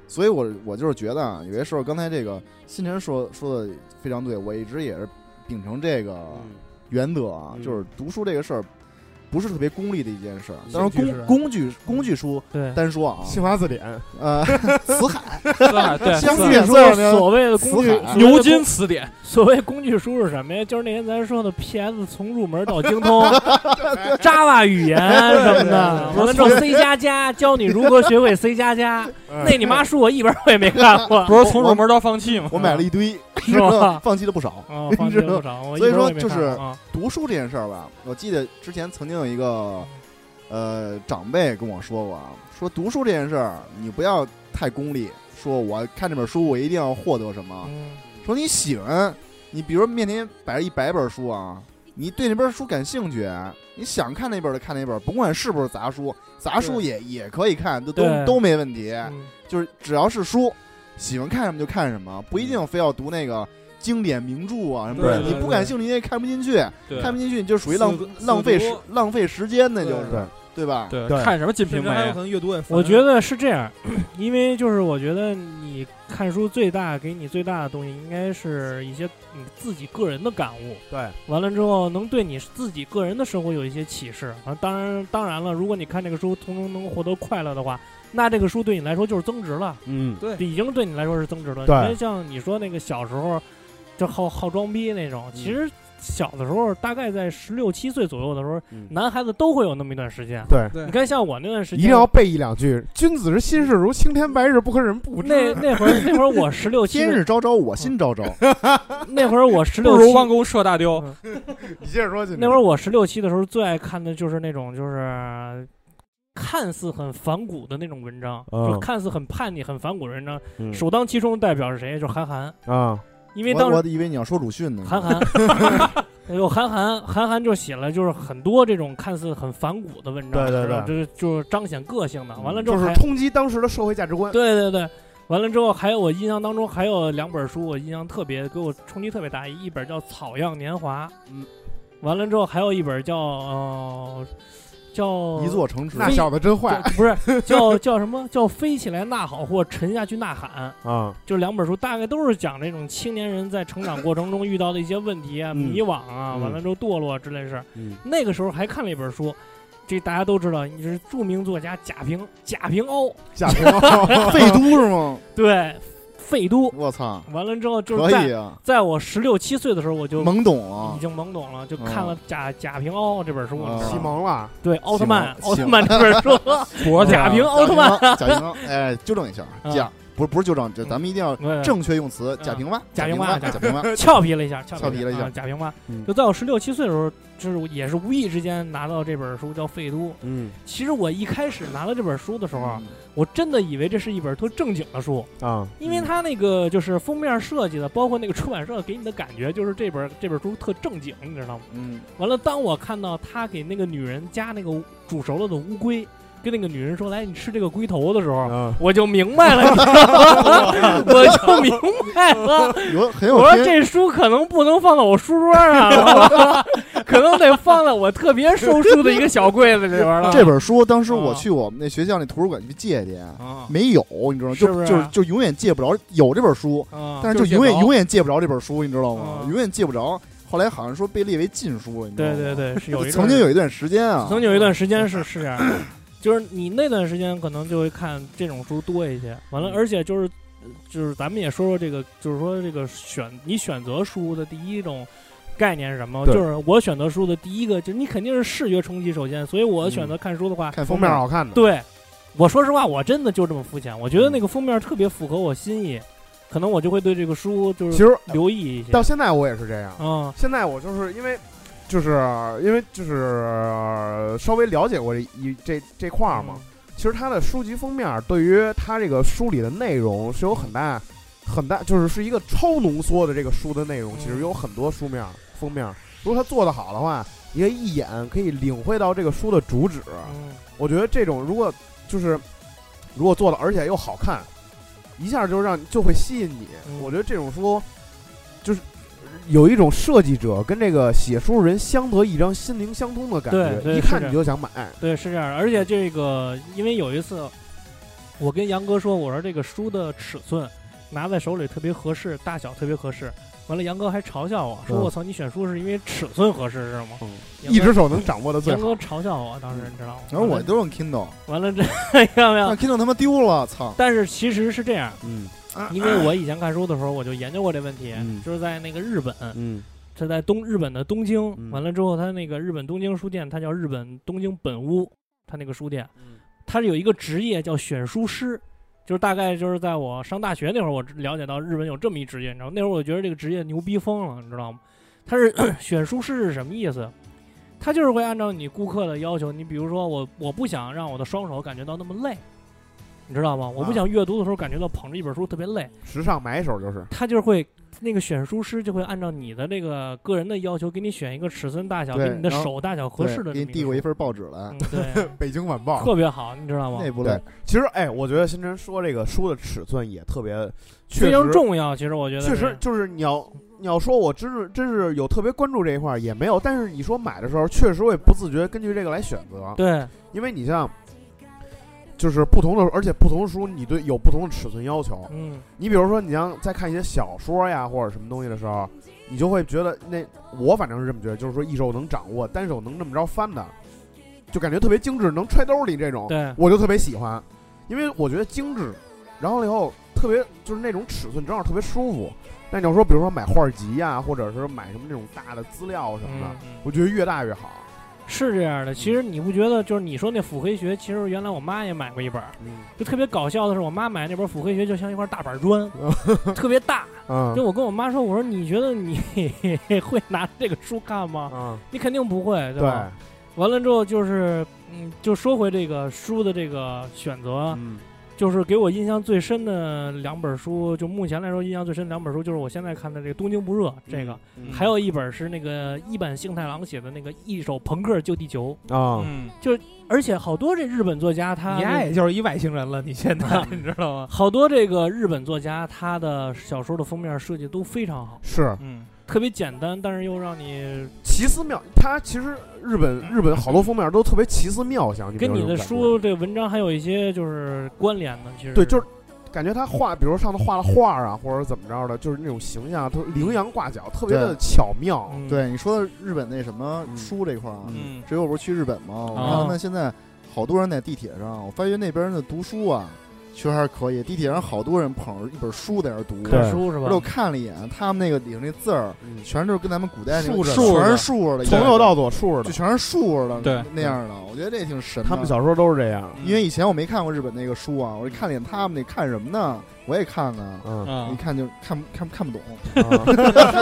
所以我我就是觉得啊，有些时候刚才这个新晨说说的非常对，我一直也是秉承这个
嗯
原则啊，
嗯
就是读书这个事儿不是特别功利的一件事儿。
嗯
当然
兴趣
工
是
工具工具书
对，
单说啊，
新华字典，
呃， 辞海
四海对，
相
四
对
海
来
说
说
所谓的 工具所
死海
谓的
牛
工
津词典，
所谓工具书是什么呀？就是那天咱说的 PS 从入门到精通 ，Java 语言什么的，完了之后 C 加加教你如何学会 C 加加，
嗯
那你妈书我一本我也没看 过，
不是从入门到放弃吗？
我买了一堆，
是吧
放弃了不少。
啊，放弃了不少，我一
所以
本
说
我也没
就是
看过啊
读书这件事儿吧，我记得之前曾经有一个呃长辈跟我说过，啊，说读书这件事儿你不要太功利，说我看这本书我一定要获得什么，
嗯
说你喜欢，你比如面前摆着一百本书啊，你对那本书感兴趣，你想看哪本就看哪本，甭管是不是杂书，杂书也也可以看，都都
对
都没问题，
嗯
就是只要是书，喜欢看什么就看什么，不一定非要读那个经典名著啊什么的，
嗯对
你
对
不
对
感兴趣你也看不进去，
对
看不进去你就属于浪
死
浪费
死
时
读
浪费时间，那就是
对
对吧？
对
对
看什么《金
甚
瓶
至
梅
还有》可能阅读也烦。
我觉得是这样， 因为就是我觉得你看书最大给你最大的东西，应该是一些你自己个人的感悟。
对，
完了之后能对你自己个人的生活有一些启示。啊，当然，当然了，如果你看这个书从中能获得快乐的话，那这个书对你来说就是增值了，
嗯，
已经对你来说是增值了。
对
因为像你说那个小时候就好好装逼那种，
嗯
其实小的时候大概在十六七岁左右的时候，
嗯
男孩子都会有那么一段时间。
对，
对
你看，像我那段时
一
间，
定要背一两句：“君子之心是如青天白日，不可忍不知。
那那会儿，那会儿我十六七
天
岁，
日昭昭，我心昭昭。
嗯那会儿我十
不
六
如
七，
弯弓射大
嗯
雕，
你接着说，
那会儿我十六七的时候，最爱看的就是那种就是看似很反骨的那种文章，
嗯
就是看似很叛逆、很反骨的文章。
嗯
首当其冲的代表是谁？就是韩寒，
啊，
因为
我
当
我
时
以为你要说鲁迅呢，
韩寒， 哎呦，韩寒，韩寒就写了就是很多这种看似很反骨的文章，
对对
是吧
对
就是就是彰显个性的。完了之
就
后
是
还，
冲击当时的社会价值观。
对对对。完了之后，还有我印象当中还有两本书，我印象特别给我冲击特别大，一本叫《草样年华》，
嗯，
完了之后还有一本叫呃叫
一座城池。
那小子真坏
就不是叫叫什么叫飞起来呐好或沉下去呐喊，
啊！
就两本书大概都是讲这种青年人在成长过程中遇到的一些问题啊、
嗯
迷惘啊，
嗯
完了之后堕落之类的事儿。
嗯
那个时候还看了一本书，这大家都知道，你是著名作家贾平贾平凹，
贾 平凹
废都是吗？
对，废都。
我操，
完了之后 就是
可
在
以啊，
在我十六七岁的时候，我就已
懵懂 啊，
经懵懂了，就
嗯
看了贾贾平凹这本书，你知
启
道吗？
蒙了，
对，奥特曼
启蒙
奥特曼这本书，
脖子
啊
贾平
贾
凹特
平
曼，
凹，贾平凹，哎，纠正一下，
嗯
贾不是不是纠正，这咱们一定要
对
正确用词，贾平凹，
贾
平
平
凹，
凹
贾平凹，
俏皮了一下，俏
俏皮了一下
啊贾平凹
嗯
就在我十六七岁的时候，就是也是无意之间拿到这本书叫《废都》。
嗯
其实我一开始拿到这本书的时候啊
嗯，
我真的以为这是一本特正经的书，
啊，
因为它那个就是封面设计的，包括那个出版社给你的感觉，就是这本这本书特正经，你知道吗？
嗯，
完了，当我看到他给那个女人加那个煮熟了的乌龟，跟那个女人说：“来，你吃这个龟头”的时候。
啊
我就明白了，你知道吗我就明白了，
嗯有很有
我说
天，
这书可能不能放到我书桌上，啊 可能得放在我特别收书的一个小柜子里边了。
这本书当时我
啊
去我们那学校那图书馆去借去，
啊，
没有，你知道
嗯
吗？
是不
就是就是就永远借不着，有这本书，
啊，
但是就
就
是
借
永远
不着
永远借不着这本书，你知道吗？
啊
永远借不着。后来好像说被列为禁书了，你知道
对
吗？
对对，是有一
曾
段
经有一段时间啊，
曾经有一段时间是是这样的，就是你那段时间可能就会看这种书多一些。完了，
嗯
而且就是就是咱们也说说这个，就是说这个选你选择书的第一种。概念是什么？
对
就是我选择书的第一个，就是你肯定是视觉冲击首先，所以我选择看书的话，
看
封面
面，
好嗯看的，
对，我说实话，我真的就这么肤浅。我觉得
嗯
那个封面特别符合我心意，可能我就会对这个书就
其
是
实
留意一些。
到现在我也是这样。
嗯
现在我就是因为，就是因为就是稍微了解过这一这这块儿嘛。其实它的书籍封面对于它这个书里的内容是有很大很大，就是是一个超浓缩的这个书的内容，
嗯
其实有很多书面封面。如果它做得好的话，你可以一眼可以领会到这个书的主旨。
嗯
我觉得这种如果就是如果做的而且又好看，一下就让就会吸引你。
嗯
我觉得这种书就是有一种设计者跟这个写书人相得益彰、心灵相通的感
对
觉，
对
一
是
看
这样
你就想买。
对，是这样。而且这个，因为有一次，我跟杨哥说，我说这个书的尺寸拿在手里特别合适，大小特别合适。完了，杨哥还嘲笑我说：“
嗯
我操，你选书是因为尺寸合适是吗？”杨
一
哥
只手能掌握的最
杨
好。
哥嘲笑我，当时你知道吗？
然
嗯
后我都用 Kindle，
完了这 看到没
那
有？
Kindle 他妈丢了，操！
但是其实是这样，
嗯
因为我以前看书的时候，我就研究过这问题，
嗯
就是在那个日本，
嗯
他在东日本的东京，
嗯
完了之后，他那个日本东京书店，它叫日本东京本屋，他那个书店，
嗯
他有一个职业叫选书师，就是大概就是在我上大学那会儿，我了解到日本有这么一职业，你知道吗，那会儿我觉得这个职业牛逼疯了，你知道吗？他是 选书师是什么意思？他就是会按照你顾客的要求，你比如说我我不想让我的双手感觉到那么累，你知道吗？我不
啊
想阅读的时候感觉到捧着一本书特别累，
时尚买手就是
他就会那个选书师就会按照你的这个个人的要求，给你选一个尺寸大小
对
跟你的
然后
手大小合适的这么
对给
一
你
个
递过一
书，
份报纸来
嗯，对，
《北京晚报》。
特别好，你知道吗？
那不累。
嗯
其实，哎，我觉得新晨说这个书的尺寸也特别，确
非常
实
重要。其实我觉得
确实
是，
就是你要你要说，我真是真是有特别关注这一块儿也没有，但是你说买的时候，确实会不自觉根据这个来选择，
对
因为你像就是不同的，而且不同的书你对有不同的尺寸要求。
嗯，
你比如说，你像在看一些小说呀或者什么东西的时候，你就会觉得那我反正是这么觉得，就是说一手能掌握，单手能这么着翻的，就感觉特别精致，能揣兜里这种，
对
我就特别喜欢，因为我觉得精致，然后了以后特别就是那种尺寸正好特别舒服。但你要说，比如说买画集呀、或者是买什么那种大的资料什么的，
嗯嗯
我觉得越大越好。
是这样的。其实你不觉得就是你说那腹黑学，其实原来我妈也买过一本儿，
嗯
就特别搞笑的是，我妈买那本腹黑学就像一块大板 砖，特别大。
嗯
就我跟我妈说，我说你觉得你 会拿这个书看吗？
嗯，
你肯定不会，对
对
吧？，完了之后就是，嗯，就说回这个书的这个选择，啊
嗯
就是给我印象最深的两本书，就目前来说印象最深的两本书，就是我现在看的这个《东京不热》这
嗯
个，还有一本是那个一坂幸太郎写的那个《一手朋克救地球
啊，
嗯，》，
而且好多这日本作家
嗯
他
你爱也就是一外星人了，你现在你知道吗？
好多这个日本作家他的小说的封面设计都非常好，
是
嗯，
特别简单，但是又让你
奇思妙，它其实日本日本好多封面都特别奇思妙想，
跟
没有
你的
这种感觉
书这个文章还有一些就是关联的，其实
对，就是感觉他画，比如上头画了画啊，或者怎么着的，就是那种形象，他羚羊挂角，特别的
对
巧妙。
嗯
对你说的日本那什么
嗯
书这块儿啊，
嗯
这我不是去日本吗？我
啊
看他们现在好多人在地铁上，我发觉那边的读书啊，确实还是可以。地铁上好多人捧着一本书在那儿读，
看书是吧
而？且我看了一眼，他们那个里头那字儿，
嗯
全都是跟咱们古代那个
竖着的
全是竖着的，
从右到左竖
就
着的，
全是竖着的，
对
那样的。我觉得这挺神
嗯
的。
他们小时候都是这样。
嗯
因为以前我没看过日本那个书啊，我一看了一眼他们那看什么呢？我也看了，
嗯，
一
啊，
看就看不看不看不懂。
嗯
啊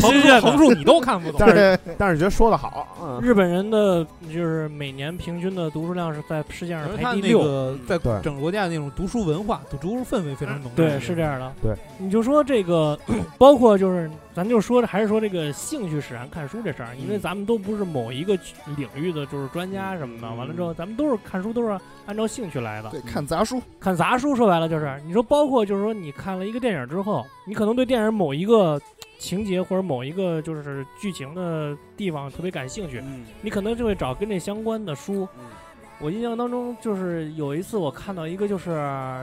横
新
竖
鲜
横
的，
竖你都看不懂
但，是但是觉得说的好，嗯，
日本人的就是每年平均的读书量是在世界
因
上
为
排
他
第
那
六，
个在
对
整个国家那种读书文化、读读书氛围非常浓。
对，是这。样的。
对，
你就说这个， 包括就是咱就说还是说这个兴趣使然看书这事儿，因为
嗯
咱们都不是某一个领域的就是专家什么
嗯
的，完了之后咱们都是看书都是按照兴趣来的
对，，看杂书，
看杂书说白了就是，你说包括就是说你看了一个电影之后，你可能对电影某一个情节或者某一个就是剧情的地方特别感兴趣，
嗯
你可能就会找跟这相关的书。我印象当中，就是有一次我看到一个，就是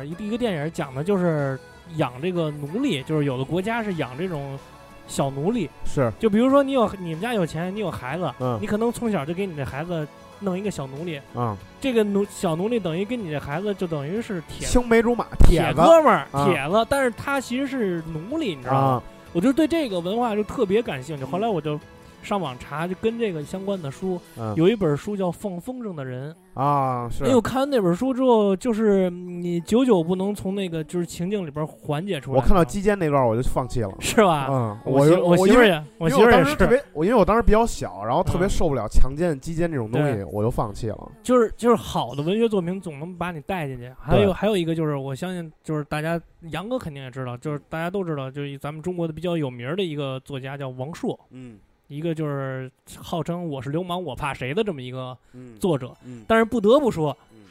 一个一个电影讲的就是养这个奴隶，就是有的国家是养这种小奴隶，
是，
就比如说你有你们家有钱，你有孩子，
嗯
你可能从小就给你这孩子弄一个小奴隶，
嗯，
这个奴小奴隶等于跟你这孩子就等于是铁
青梅竹马，
铁
铁子
哥们儿、
啊
铁子，但是他其实是奴隶，你知道吗？
啊，
我就对这个文化就特别感兴趣，后来我就上网查，就跟这个相关的书，
嗯
有一本书叫《放风筝的人》。
啊，是
哎呦，，看完那本书之后，就是你久久不能从那个就是情境里边缓解出来。
我看到
你知
鸡奸那段我就放弃了
道吗，是吧？
嗯，
我媳
就
我
我
媳
因
妇儿
为
也，我
因
媳妇
为我
儿
当
也
时特
是，
别，我因为我当时比较小，然后特别
嗯
受不了强奸、鸡奸这种东西，我就放弃了。
就是就是好的文学作品总能把你带进去。还有还有一个就是，我相信就是大家杨哥肯定也知道，就是大家都知道，就是咱们中国的比较有名儿的一个作家叫王朔，
嗯
一个就是号称我是流氓我怕谁的这么一个
嗯
作者，
嗯
但是不得不说
嗯，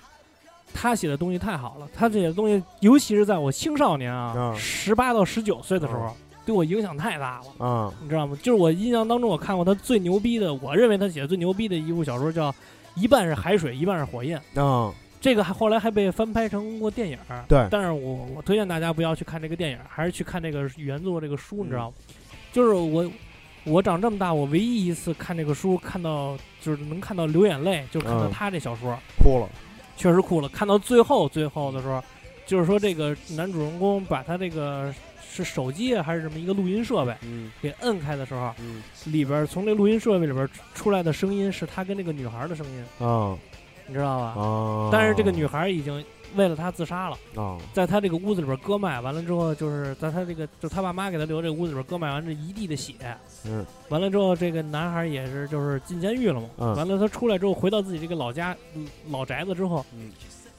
他写的东西太好了。他写的东西，尤其是在我青少年啊，
嗯
十八到十九岁的时候，对我影响太大了。
啊，
你知道吗？就是我印象当中，我看过他最牛逼的，我认为他写的最牛逼的一部小说叫《一半是海水，一半是火焰》。
嗯
这个还后来还被翻拍成过电影儿，
对
但是我我推荐大家不要去看这个电影儿，还是去看这个原作这个书，你
嗯
知道吗？就是我我长这么大，我唯一一次看这个书，看到就是能看到流眼泪，就是看到
嗯
他这小说、
哭了，
确实哭了。看到最后最后的时候，就是说这个男主人公把他这个是手机啊还是什么一个录音设备
嗯
给摁开的时候，
嗯
里边儿从这录音设备里边儿出出来的声音是他跟那个女孩儿的声音，
啊
你知道吧？
啊！
但是这个女孩已经为了他自杀了，
啊，
在他这个屋子里边割脉，完了之后就是在他这个就他爸妈给他留这个屋子里边割脉，完了一地的血，
嗯
完了之后这个男孩也是就是进监狱了嘛，
嗯
完了他出来之后回到自己这个老家嗯老宅子之后，
嗯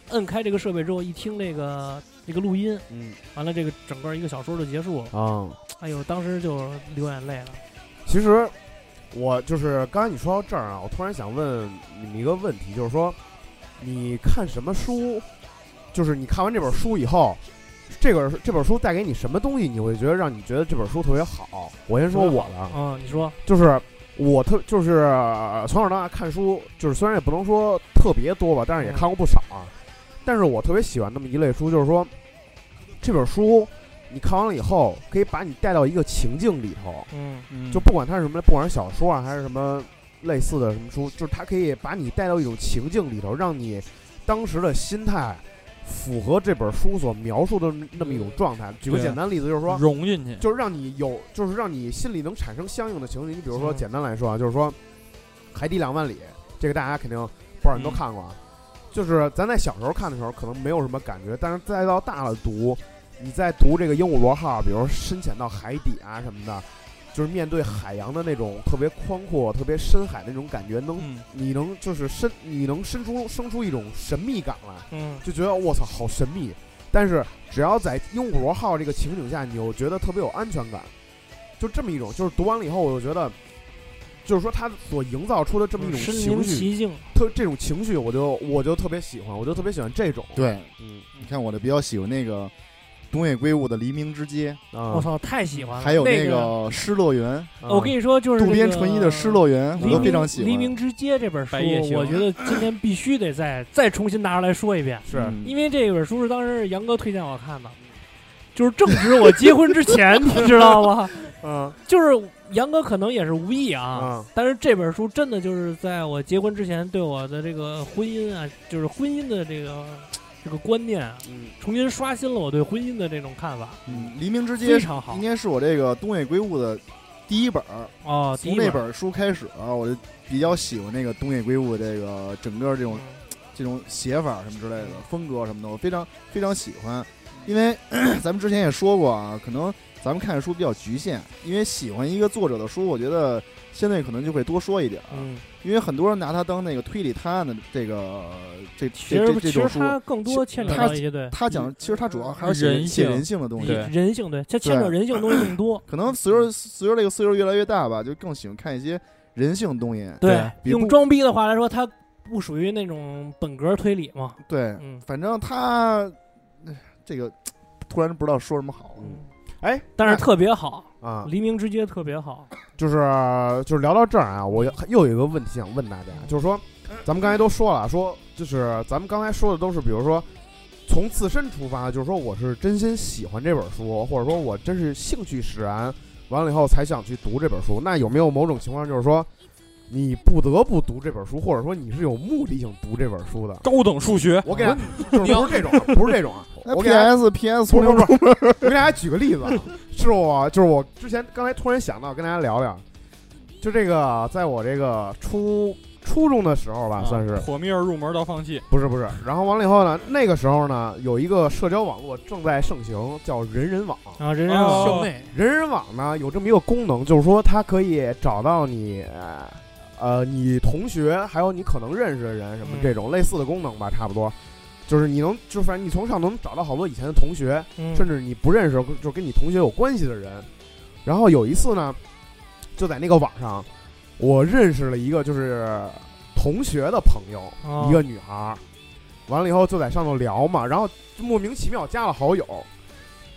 摁开这个设备之后一听这个这个录音，
嗯
完了这个整个一个小说就结束了，
啊。
哎呦，当时就流眼泪了，
其实我就是刚才你说到这儿啊，我突然想问你们一个问题，就是说你看什么书，就是你看完这本书以后。这本这本书带给你什么东西？你会觉得让你觉得这本书特别好？我先说我的啊，
嗯，你说，
就是我特就是呃从小到大看书，就是虽然也不能说特别多吧，但是也看过不少啊。但是我特别喜欢那么一类书，就是说这本书你看完了以后，可以把你带到一个情境里头，
嗯
就不管它是什么，不管是小说啊还是什么类似的什么书，就是它可以把你带到一种情境里头，让你当时的心态符合这本书所描述的那么一种状态。举个
对
简单例子，就是说，
融进去，
就是让你有，就是让你心里能产生相应的情绪。你比如说，
嗯
简单来说啊，就是说《海底两万里》，这个大家肯定不少人都
嗯
看过啊。就是咱在小时候看的时候，可能没有什么感觉，但是再到大了读，你在读这个鹦鹉螺号，比如深潜到海底啊什么的，就是面对海洋的那种特别宽阔、特别深海的那种感觉，能
嗯，
你能就是深，你能生出生出一种神秘感来。
嗯
就觉得我操好神秘。但是只要在鹦鹉螺号这个情景下，你又觉得特别有安全感，就这么一种，就是读完了以后，我就觉得，就是说他所营造出的这么一种
嗯身
情
临
绪，
其境，
特这种情绪，我就我就特别喜欢，我就特别喜欢这种。，
对，
嗯
你看我的比较喜欢那个东野圭吾的《黎明之街
啊，
我操，太喜欢》，了，
还有
那
个《失落园
啊
我跟你说，就是》，
渡边
这个
淳一的《失落园》，我
黎
都非
明
常喜
黎
欢
明。之街》这本书
白夜，行
我觉得今天必须得再再重新拿出来说一遍，
是
嗯
因为这本书是当时杨哥推荐我看的，
嗯
就是正值我结婚之前，你知道吗？
嗯
就是杨哥可能也是无意啊，
啊
但是这本书真的就是在我结婚之前对我的这个婚姻啊，就是婚姻的这个这个观念啊，
嗯
重新刷新了我对婚姻的这种看法，
嗯，《黎明之街
非》常好
应该是我这个东野圭吾的第一本儿。
哦。第
从
一
那本书开始啊，我就比较喜欢那个东野圭吾这个整个这种
嗯
这种写法什么之类的风格什么的，我非常非常喜欢。因为 咱们之前也说过啊，可能咱们看的书比较局限，因为喜欢一个作者的书，我觉得相对可能就会多说一点儿，
嗯，
因为很多人拿它当那个推理探案的这个这
其
这
实其
这这
实
种书，
它更多牵扯
他
到一些对
他讲其实他主要还是写
人
写
性
人性的东西，
对
人性对，它牵扯
对。
人性的东西更多
可能随着随着这个岁数越来越大吧，就更喜欢看一些人性的东西，
对
比
用
不
装逼的话来说，它不属于那种本格推理嘛。
对，
嗯
反正他哎这个突然不知道说什么好。
嗯，哎
但是特别好，
啊，
黎明之街特别好。
就是就是聊到这儿啊，我又有一个问题想问大家，就是说，咱们刚才都说了，说就是咱们刚才说的都是，比如说从自身出发，就是说我是真心喜欢这本书，或者说我真是兴趣使然，完了以后才想去读这本书。那有没有某种情况就是说，你不得不读这本书，或者说你是有目的性读这本书的？
高等数学，
我给大家，就是不是这种啊，不是这种啊，
那
我给大家
PS PS
不是不是不是， 我给大家举个例子，啊，是我就是我之前刚才突然想到跟大家聊聊，就这个在我这个初初中的时候吧，啊算
啊
是
火蜜儿入门到放弃，
不是不是，然后完了以后呢，那个时候呢有一个社交网络正在盛行，叫人人网。
然后人人
哦
校内
人人网呢有这么一个功能，就是说它可以找到你，呃，你同学还有你可能认识的人什么
嗯
这种类似的功能吧，差不多，就是你能，就反正你从上能找到好多以前的同学，
嗯
甚至你不认识，就跟你同学有关系的人。然后有一次呢，就在那个网上，我认识了一个就是同学的朋友，
哦
一个女孩儿。完了以后就在上头聊嘛，然后就莫名其妙加了好友。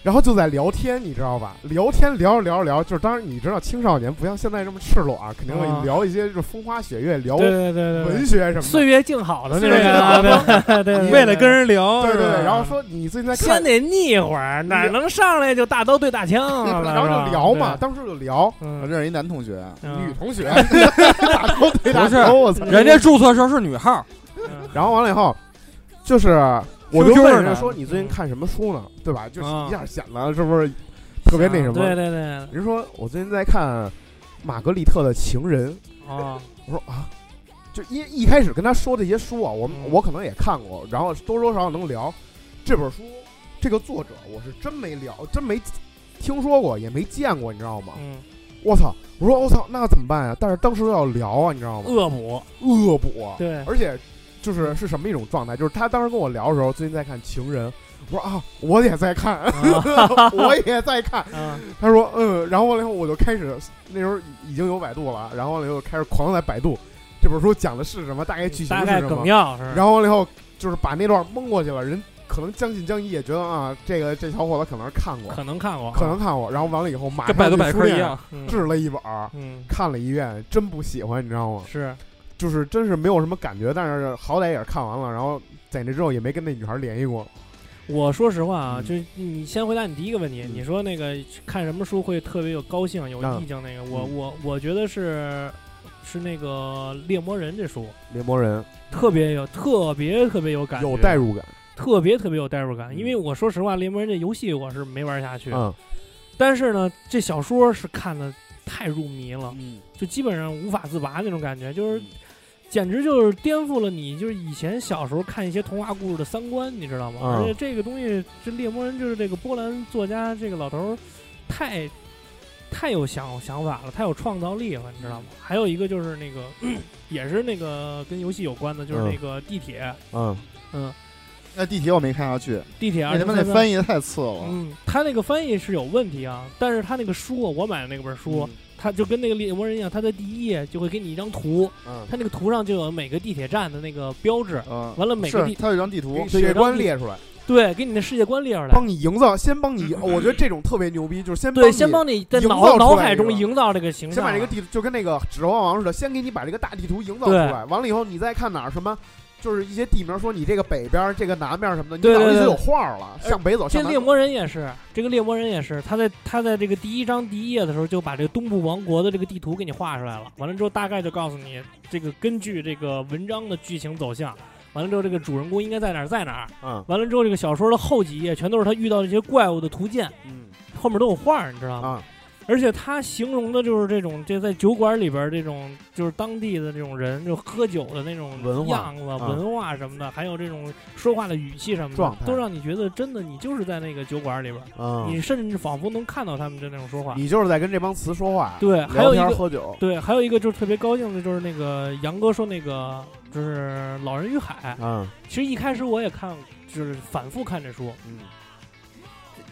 然后就在聊天，你知道吧？聊天聊着聊着聊，就是当然你知道青少年不像现在这么赤裸啊，肯定
啊
会聊一些就是风花雪月，聊
对对对对
文学什么的。
岁月静好的那
岁月静好
种，啊对对 对，对
为了跟人聊，
对对
是吧
对，然后说你最近在看
先，得腻会儿，哪能上来就大刀对大枪 啊？
然后就聊嘛，当时就聊
我
嗯，
认识一男同学，
嗯
女同学 打勾对打
不是
勾，我操！
人家注册时候是女号，
嗯
然后完了以后，就是我就
QQ
问人家
呢
说你最
嗯
近看什么书呢？对吧？就是
啊
一下显得是不是特别那什
对对
么？
对，
人说我最近在看《玛格丽特的情人》，
哦，
我说啊，就一一开始跟他说这些书啊，我们
嗯
我可能也看过，然后多多少少能聊这本书，这个作者我是真没聊，真没听说过，也没见过，你知道吗？
嗯，
我操！我说我操，那怎么办呀？但是当时要聊啊，你知道吗？
恶补，
恶补啊，
对，
而且就是是什么一种状态？就是他当时跟我聊的时候，最近在看《情人》，我说啊，我也在看，
哦
我也在看。
啊，
他说嗯，然后完了以后我就开始，那时候已经有百度了，然后完了以后开始狂在百度这本书讲的是什么，大概剧情
大
哎是
概
什
梗
么，
要是，
然后完了以后就是把那段蒙过去了，人可能将信将疑，也觉得啊，这个这小伙子可能是看过，
可能看过，
可能看过，然后完了以后马
跟
上
百度
去
百
书
科一
店
样。
嗯
制了一本儿，
嗯
看了一遍，真不喜欢，你知道吗？
是，
就是真是没有什么感觉，但是好歹也是看完了，然后在那之后也没跟那女孩联系过。
我说实话啊，
嗯
就是你先回答你第一个问题，
嗯
你说那个看什么书会特别有高兴、有
嗯
意境那个，我
嗯
我我觉得是是那个《猎魔人》这书。
猎魔人
特别有，特别特别有感觉，
嗯有代入感，
特别特别有代入感，
嗯
因为我说实话，《猎魔人》这游戏我是没玩下去，
嗯，
但是呢，这小说是看的太入迷了，
嗯，
就基本上无法自拔那种感觉，就是简直就是颠覆了你就是以前小时候看一些童话故事的三观，你知道吗？
嗯
而且这个东西，这《猎魔人》就是这个波兰作家这个老头儿太。太有想想法了，太有创造力了，你知道吗？还有一个就是那个， 也是那个跟游戏有关的，就是
嗯
那个地铁，
嗯，
嗯，
那地铁我没看下去，
地铁
那
二
他
零
妈
三
那
三。
翻译太次了。
嗯，他那个翻译是有问题啊，但是他那个书，我买的那本
嗯
书，他就跟那个猎魔人一样，他在第一页就会给你一张图，
嗯，
他那个图上就有每个地铁站的那个标志，
嗯，
完了每个
是
地
他有一张地图
给，
对
世
有
界
张
观
地
哦列出来，
对给你的世界观列出来
帮，你营造，先 帮你，我觉得这种特别牛逼，就是先
对，
你
先帮你在
营
脑
造出来
脑海
这个
中营造这个形
先
象
把
啊，
这个地就跟那个《指环王》似的，先给你把这个大地图营造出
对
来，完了以后你再看哪儿什么。就是一些地名，说你这个北边儿、这个南边儿什么的，你
对
脑
对
子
对呃
就有画儿了。向北走，
这
向南
猎
走
魔人也是，这个猎魔人也是，他在他在这个第一章第一页的时候就把这个东部王国的这个地图给你画出来了，完了之后大概就告诉你这个根据这个文章的剧情走向，完了之后这个主人公应该在哪儿在哪儿，
嗯
完了之后这个小说的后几页全都是他遇到这些怪物的图鉴，
嗯
后面都有画儿，你知道吗？
啊
而且他形容的就是这种，这在酒馆里边儿这种，就是当地的这种人，就喝酒的那种
文化
样子、文
啊
化什么的，还有这种说话的语气什么
状
的，
态
都让你觉得真的你就是在那个酒馆里边儿，
嗯
你，甚至仿佛能看到他们的那种说话。
你就是在跟这帮词说话，
对，还
聊
有一
天儿
个
喝酒
对，还有一个就是特别高兴的，就是那个杨哥说那个就是《老人与海》，
嗯
其实一开始我也看，就是反复看这书，
嗯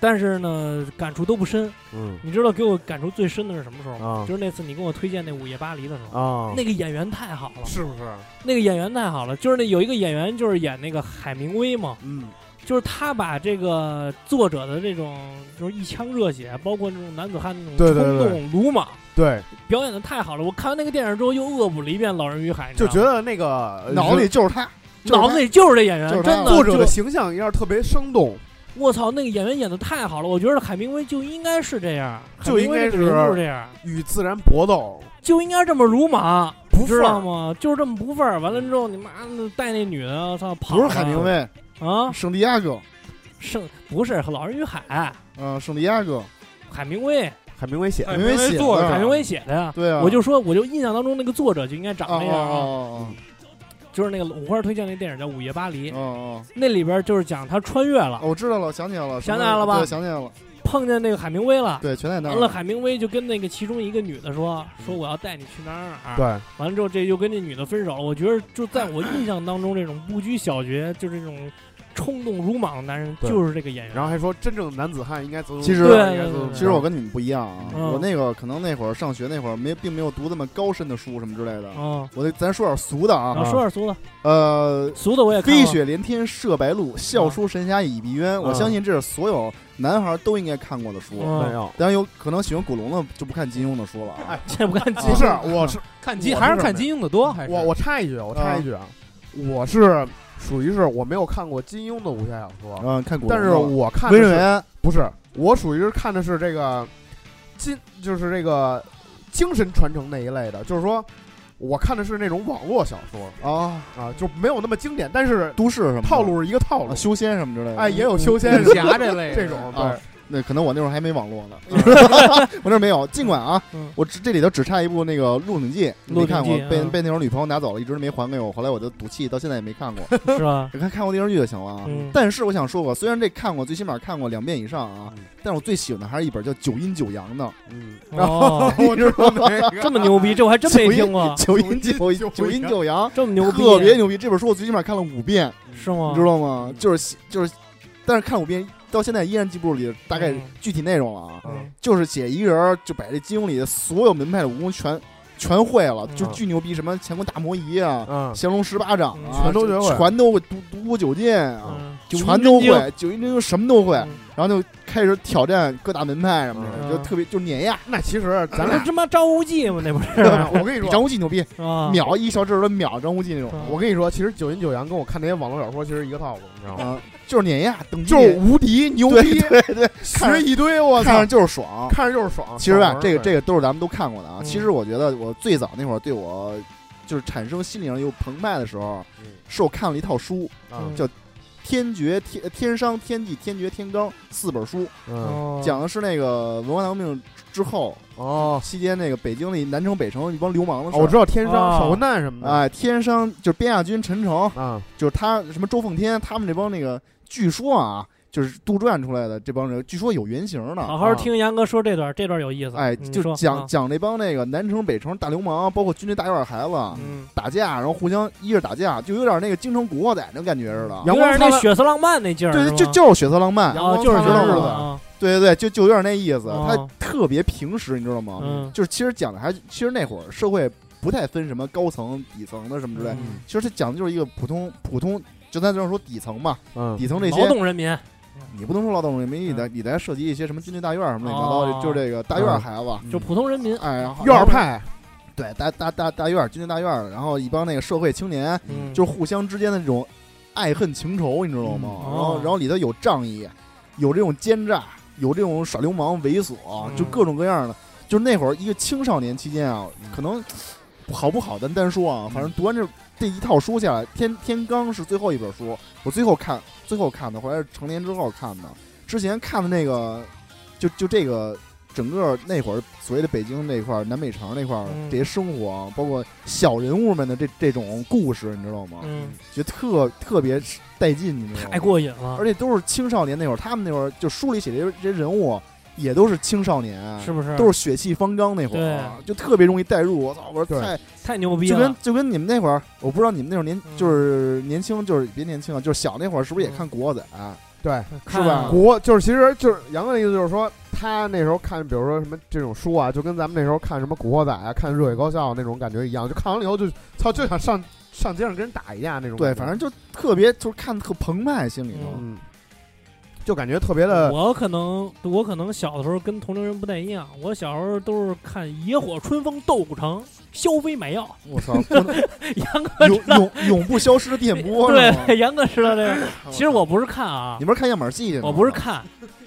但是呢感触都不深。
嗯
你知道给我感触最深的是什么时候吗？
啊
就是那次你跟我推荐那《午夜巴黎》的时候，
啊，
那个演员太好了，
是不是？
那个演员太好了，就是那有一个演员就是演那个海明威嘛，
嗯，
就是他把这个作者的这种就是一腔热血，包括这种男子汉那种
对
冲
对
动、
对
鲁莽，
对，
表演的太好了。我看完那个电影之后又恶补了一遍《老人与海》，
就
你
觉
知道吗
得那个呃
脑子里就是他，就是
脑子里就是这演员，
就是他
真的
作者的
就
形象一下特别生动，
我操，那个演员演的太好了，我觉得海明威就应该是这样，
就应该
海
是
明威这个人物这样。
与自然搏斗，
就应该这么鲁莽，
不
知
忿儿
道吗？就是这么不忿儿。完了之后，你妈的带那女的，我操，跑
不
了
是海明威，
啊，
圣地亚哥，
圣不是老人与海，
嗯，圣地亚哥，
海明威，
海明威写
哎
海
的。
明威写
作
的
海
啊
明威写的呀。
对啊，
我就说，我就印象当中那个作者就应该
啊
长
啊
那
啊
样啊，
啊
就是那个五花推荐那电影叫《午夜巴黎
啊啊！》，啊
那里边就是讲他穿越了
哦，，我知道了，想起来了，
想起来了吧
对，想起来了，
碰见那个海明威了。
对，全在那
完了，
儿。嗯
海明威就跟那个其中一个女的说：“说我要带你去哪儿哪儿。”
对，
完了之后，这就跟这女的分手了。我觉得就在我印象当中，这种不拘小节，就这种冲动鲁莽的男人
对
就是这个演员。
然后还说真正的男子汉应该怎么
其实
应该
对
怎么
对
其实我跟你们不一样啊，
嗯
我那个可能那会儿上学那会儿没并没有读那么高深的书什么之类的。
嗯，
我得咱说点俗的
然后
啊，
说点俗的，
呃，
俗的我也看啊
飞
过。
雪连天射白鹿，笑书神侠倚碧鸳。我
嗯
相信这是所有男孩都应该看过的书。
没
嗯，
有。
当然有可能喜欢古龙的就不看金庸的书了 啊。
哎这不看金啊
不是，
嗯
我是
看
我
金
是
还
什
是
么呀
看金庸的多，还是
我我插一句，我插一句啊，我是属于是我没有看过金庸的武侠小说，
嗯，看古龙的
但
了。
是我看的
温
是
源
不是我属于是看的是这个金，就是这个精神传承那一类的，就是说我看的是那种网络小说
啊，
啊，就没有那么经典，但是
都市什么的
套路是一个套
啊
路。
修仙什么之类的。
哎，也有修仙
仙侠这类 的
这种，
啊
对，
那可能我那会儿还没网络呢， 我那儿没有。尽管啊
啊嗯，
我只这里头只差一部那个《鹿鼎记》，没
鹿鼎
看过
记，
被
嗯
被那会儿女朋友拿走了，一直没还给我。后来我就赌气，到现在也没看过。
是 吧？
你看看过电视剧就行了啊
嗯。
但是我想说过，虽然这看过，最起码看过两遍以上啊，但是我最喜欢的还是一本叫《九阴九阳》的。
嗯，
哦，
你知道吗？，
这么牛逼，这我还真没听过
九阴九
九阴
九阴九阳，
这 么牛逼，啊
特别牛逼。这本书我最起码看了五遍，
是吗？
你知道吗？就是就是，但是看五遍到现在依然记不住里大概
嗯
具体内容了啊。
嗯
就是写一人儿就把这金庸里的所有门派的武功全全会了，
嗯
就巨牛逼，什么乾坤大挪移啊、
嗯，
降龙十八掌啊，
嗯
全都学会
全都会，独独孤九剑啊，
嗯，
全
九
都
阴真
会，九阴真经什么都会
嗯
经。。
然后就开始挑战各大门派什么
嗯
的，就特别就碾压。
那其 实咱
咱
俩
这，他妈张无忌吗？那不是
我跟你
比
说，
张无忌牛逼，
啊？
秒一小指头秒张无忌那种，
嗯
我跟你说，其实九阴九阳跟我看那些网络小说其实一个套路，你知道吗？
啊，就是碾压，等级
就是无敌牛
对
逼，
对对，看
学一堆，我
看
操
着，就是爽。
看着就是爽。
其实吧
爽，文
这个这
对
个都是咱们都看过的啊。
嗯
其实我觉得我最早那会儿对我就是产生心理上有澎湃的时候，
嗯
是我看了一套书，
啊
嗯
叫《天绝天天商天地天绝天罡》四本书，
嗯
哦
讲的是那个文化大革命之后
哦，
期间那个北京的南城北城一帮流氓的事
哦
儿。
我知道天
啊
商手难什么的
哎，天商就是边亚军陈诚，
啊，
就是他什么周奉天他们这帮那个，据说啊，就是杜撰出来的这帮人，据说有原型呢。
好好听杨哥说这段，这段有意思。
啊哎，
嗯
就
说
讲
啊
讲那帮那个南城、北城大流氓，包括军队大院孩子
嗯，
打架，然后互相一是打架，就有点那个京城古惑仔那种感觉似的。
阳
有
光
点那
灿烂
血色浪漫那劲嗯儿，
对
是
对，就
吗
就是血色浪漫
阳，
哦，
光
就是
灿
烂
那
日
种
子
啊
对对对，就就有点那意思。
哦
他特别平实，你知道吗
嗯？
就是其实讲的还其实那会儿社会不太分什么高层、底层的什么之类，
嗯
其实他讲的就是一个普通普通，就咱就是说底层嘛，
嗯
底层这些
劳动人民，
你不能说劳动人民，你得你得涉及一些什么军队大院儿什么乱七八糟
哦嗯
的，就是这个大院儿孩子，
就普通人民。
哎，然后
院儿，派，
对，大大大大院儿军队大院儿，然后一帮那个社会青年，
嗯，
就是互相之间的这种爱恨情仇，你知道吗？
嗯
然后
哦
然后里头有仗义，有这种奸诈，有这种耍流氓猥琐，
嗯
就各种各样的。就是那会儿一个青少年期间啊，
嗯
可能好不好咱单说啊，反正读完这这一套书下来，《天天罡》是最后一本书，我最后看最后看的，后来是成年之后看的。之前看的那个，就就这个整个那会儿所谓的北京那块儿、南北城那块儿、
嗯
这些生活啊，包括小人物们的这这种故事，你知道吗？
嗯，
觉得特特别带劲，你知道吗？
太过瘾了
而，且都是青少年那会儿，他们那会儿就书里写这些这些人物也都是青少年，
是不是？
都是血气方刚那会儿啊，就特别容易代入。我操，我说
对
太
太牛逼
就跟
了。
就跟你们那会儿，我不知道你们那会儿年
啊嗯
就是年轻，就是别年轻了，就是小那会儿是不是也看《古惑仔》
对，
看
是吧
嗯
啊
国就是其实就是杨哥的意思就是说，他那时候看，比如说什么这种书啊，就跟咱们那时候看什么《古惑仔》啊、看《热血高校》那种感觉一样，就看完了以后就操就想上上街上跟人打一架那种感觉。
对，反正就特别就是看得特澎湃，心里头。
嗯，就感觉特别的
我可能我可能小的时候跟同龄人不太一样，我小时候都是看《野火春风斗古城》《萧妃买药
我操，不能》，
杨哥
永永永不消失的电波是吗？
对杨哥知道这 个。其实我不是看啊
你，不是看样板戏去呢吗？
我不是看，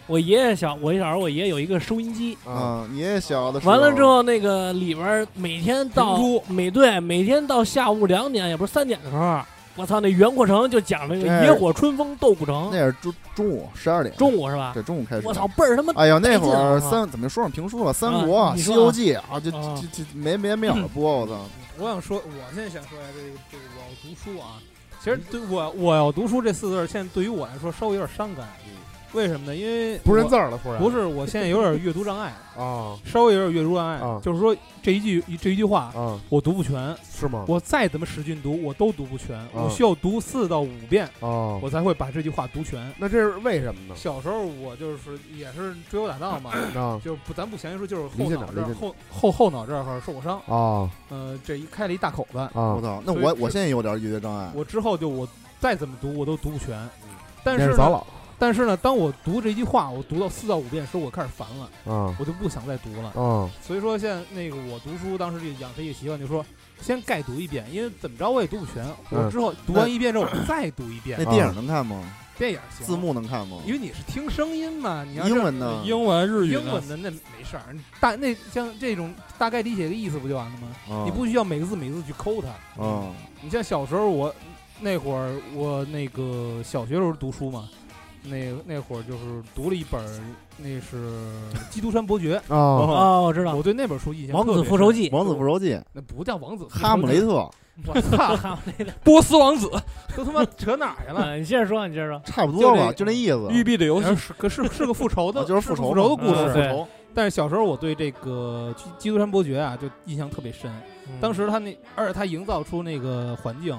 我爷爷小我小时候我爷爷有一个收音机，
啊，
啊，你也小的时候
完了之后，那个里边儿每天到
评书
每对每天到下午两点，也不是三点的时候，我操，那袁阔成就讲那个
哎
野火春风斗古城，
那是中中午十二点，
中午是吧？
对中午开始。
我操，！倍儿他妈
哎呀，那会
带劲
儿
啊
三怎么说上评书了？《三
啊
国》《
你
西
说啊
游记》啊，就
啊
就就没没没秒播，我操！
我想说，我现在想说一下这个这个我要读书啊。其实对我我要读书这四字儿，现在对于我来说稍微有点伤感。为什么呢？因为
不认
我
字儿了，突然
不是，我现在有点阅读障碍，
啊
稍微有点阅读障碍，
啊
就是说这一句这一句话
啊，
我读不全，
是吗？
我再怎么使劲读，我都读不全，我需要读四到五遍，
啊，
我才会把这句话读全。
那这是为什么呢？
小时候我就是也是追求打闹 嘛，
啊
就不咱不详细说，就是
理
后
解
脑
了
这
理解
儿后后后脑这儿受过伤，
啊
呃，这一开了一大口子。
我
啊！
操，那
所以
我
是
我现在有点阅读障碍，
我之后就我再怎么读我都读不全，但
嗯那
是
是咱
呢，
老
但是呢，当我读这句话，我读到四到五遍的时候，我开始烦了，
啊
我就不想再读了。
啊
所以说现在那个我读书当时就养成一个习惯，就说先概读一遍，因为怎么着我也读不全，我
嗯
之后读完一遍之后我再读一遍
那，电影能看吗？
电影行
字，幕能看吗？
因为你是听声音嘛，你要是
嗯英文呢？
英文、日语呢
英文的那没事儿，大那像这种大概理解个意思不就完了吗？
啊
你不需要每个字每个字去抠它。
啊
你像小时候我那会儿，我那个呃小学时候读书嘛，那那会儿就是读了一本儿，那是《基督山伯爵
啊！
哦，我知》，道，
我对那本书印象
王
特
子
别
复仇
深，
记，
王子复仇记》《
那不叫王子，
哈姆雷，特
我操，
哈姆雷特。
波斯王子，都他妈扯哪儿去了？
嗯，你接着说，你接着说。》，
差不多吧，
就
就那意思。
育碧的游戏
是可是是个复仇的，
啊就是
复
复仇
仇的
嘛
故
嗯
事。
对
仇
但是小时候我对这个《基基督山伯爵》啊，就印象特别深。当时他那，而且他营造出那个环境，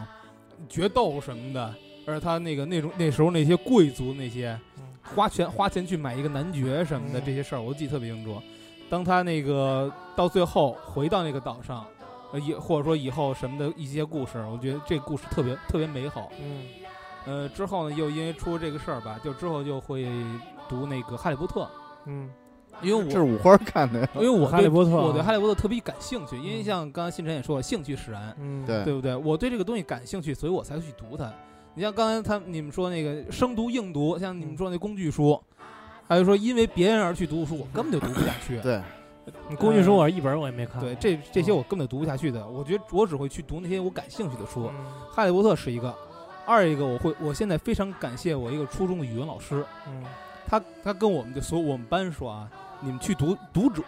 决斗什么的，而且他那个那种那时候那些贵族那些
嗯
花钱花钱去买一个男爵什么的
嗯
这些事儿，我都记得特别清楚。当他那个到最后回到那个岛上，呃，也或者说以后什么的一些故事，我觉得这故事特别特别美好。
嗯，
呃，之后呢，又因为出这个事儿吧，就之后就会读那个《哈利波特》，
嗯
因为我
这是五花看的，
因为我
哈利
呃对
波特啊
我对哈利波特特别感兴趣，因为
嗯
像刚才新晨也说了，兴趣使然，
嗯，
对
对不对？我对这个东西感兴趣，所以我才去读它。你像刚才他们你们说那个生读硬读，像你
嗯
们说那工具书，还有说因为别人而去读书，我根本就读不下去。
对，
你工具书我一本我也没看。嗯
嗯对，这这些我根本就读不下去的。我觉得我只会去读那些我感兴趣的书。
嗯
哈利波特是一个，二一个我会，我
嗯
现在非常感谢我一个初中的语文老师，
嗯，
他他跟我们的所有我们班说啊，你们去读读者，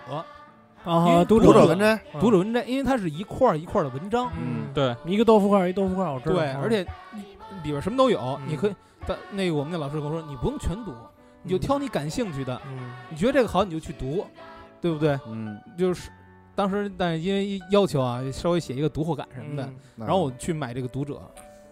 因
啊，
为
读
读
读者
者
文摘，
读者文摘，因为它是一块儿一块儿的文章，
嗯，
对，
一个豆腐块儿一豆腐块儿，我知道。
对，
嗯
而且里边什么都有，你
嗯
可以。但那个我们那老师跟我说，你不用全读，你就挑你感兴趣的，
嗯
你觉得这个好你就去读，对不对？
嗯，
就是当时，但是因为要求啊，稍微写一个读后感什么
嗯
的，，
嗯
那
然后我去买这个读者。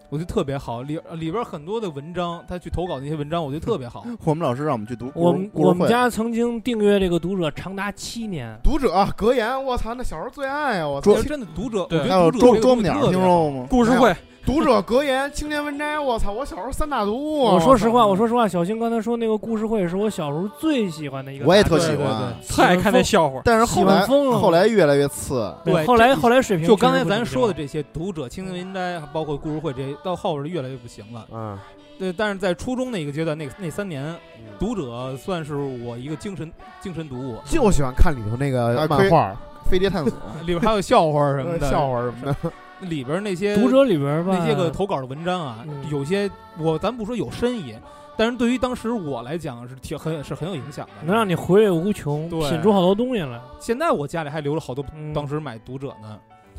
我觉得特别好，里里边很多的文章，他去投稿那些文章，我觉得特别好。
我们老师让我们去读故事
我们
故事
我们
会
家曾经订阅这个读者长达七年，
读者啊格言，我操，那小时候最爱啊！我操
捉，
其实真的读者，我
对
觉
还
得
有
读者
啄
这
啄
个东
木
西
鸟
特，别
听
好
说过吗？
故事会，
读者格言、青年文摘，我操，我小时候三大读物啊。
我说实话，
操
我说实话，小新刚才说那个故事会是我小时候最喜欢的一个杂志，
我也特
对
喜
对
欢，
太爱看那笑话。
但是后
喜
来
欢疯了
后来越来越次，
对
对
后来
这
后来水平
就刚才咱
确实
说的
不怎么
这些读者、青年文摘，包括故事会这些，到后边儿越来越不行了。
嗯，
对，但是在初中那个阶段，那那三年，
嗯
读者算是我一个精神精神读物，
就喜欢看里头那个
啊
漫画、
飞碟探 索，
里边还有笑话什么的，
笑话什么的。
里边那些
样读者里边儿吧，
那些个投稿的文章啊，
嗯
有些我咱不说有深意，但是对于当时我来讲是挺很是很有影响的，
能让你回味无穷，
对
品出好多东西来。
现在我家里还留了好多
嗯
当时买读者呢，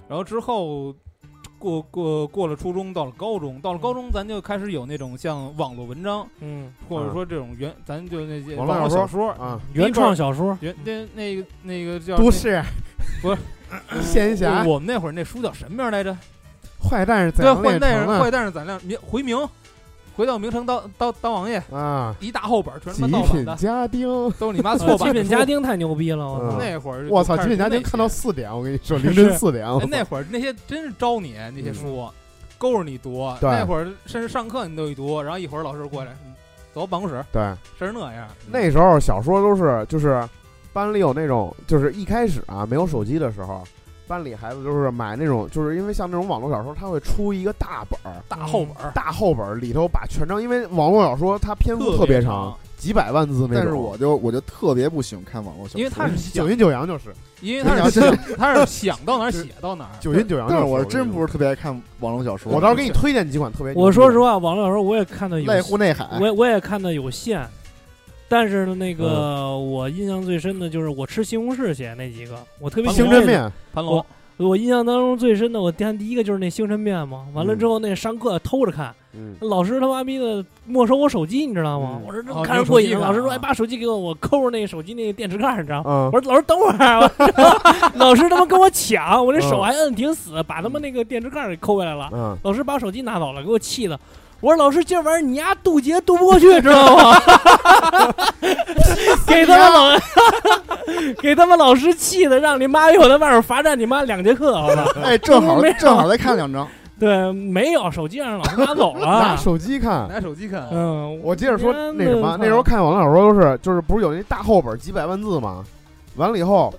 然后之后。过过过了初中，到了高中，
嗯
到了高中，咱就开始有那种像网络文章，
嗯，
或者说这种原，咱就那些
网络小
络小
说
说
啊，
原创小说，
原那那个那个叫
都市
不是
闲
那
暇
我们那会儿那书叫什么名来着？
坏蛋是怎
对，
样
坏
炼
蛋
成啊
是
的
坏蛋是咱俩明回明，回到明城当当当王爷，
啊？
一大厚本儿全他
极
妈盗版
品
的，
家丁，
都是你妈
呃
错版
极
的
品
书
家丁太牛逼了，我
嗯
操！
那会儿就
我操！
开
极
始
品家
读
丁
那
看到
些
四点，我跟你说，凌晨
是
四点，
哦
我
哎那
操
会儿那些真是招你那
嗯
些书，勾着你读。
对
那会儿甚至上课你都得读，然后一会儿老师过来，嗯走办公室，
对。
真是那样。
那时候小说都是就是班里有那种，就是一开始啊没有手机的时候，班里孩子就是买那种，就是因为像那种网络小说，它会出一个大本儿。
大厚本
嗯
儿，
大厚本儿里头把全章，因为网络小说它篇幅特
特别
别
长
长，几百万字那种。
但是我就我就特别不喜欢看网络小说，
因为它是想
九阴九阳就是
因为他是想他是想到哪儿写到哪儿。
九阴九阳就
但
是
是
我
我
跟
是
你
真不
说
是，特别爱看网络小说，
我到时候给你推荐几款特别。
我说实，话，网络小说我也看的有
濑户内海
我也我也看的有限，但是呢，那
嗯
个、我印象最深的就是我吃西红柿写那几个，我特别喜
刑
欢
侦，片
盘龙
我我印象当中最深的，我看第一个就是那星辰变嘛，完了之后那上课偷着看，
嗯，
老师他妈逼的没收我手机，你知道吗？
嗯
我说这
哦
看
你
着
有手
过
机
瘾，
看
老师说
啊
哎把手机给我，我抠着那手机那电池盖儿，你知道吗？
嗯
我说老师等会儿，我老师他妈跟我抢，我这手
嗯
还摁挺死，把他妈那个电池盖儿给抠下来了。
嗯，
老师把手机拿走了，给我气的。我说老师，今儿晚上你丫渡劫渡不过去，知道吗？ 给他们 老给他们老师气的，让你妈又在外面罚站你妈两节课，好吧？
哎，正好
没有
正好再看两张，
对，没有手机让老师拿走
拿
了。
手机看。
拿手机看，
嗯，
我接着说
啊天
那什么
呐，
那时候看网络小说都是，就是不是有那大厚本几百万字吗？完了以后，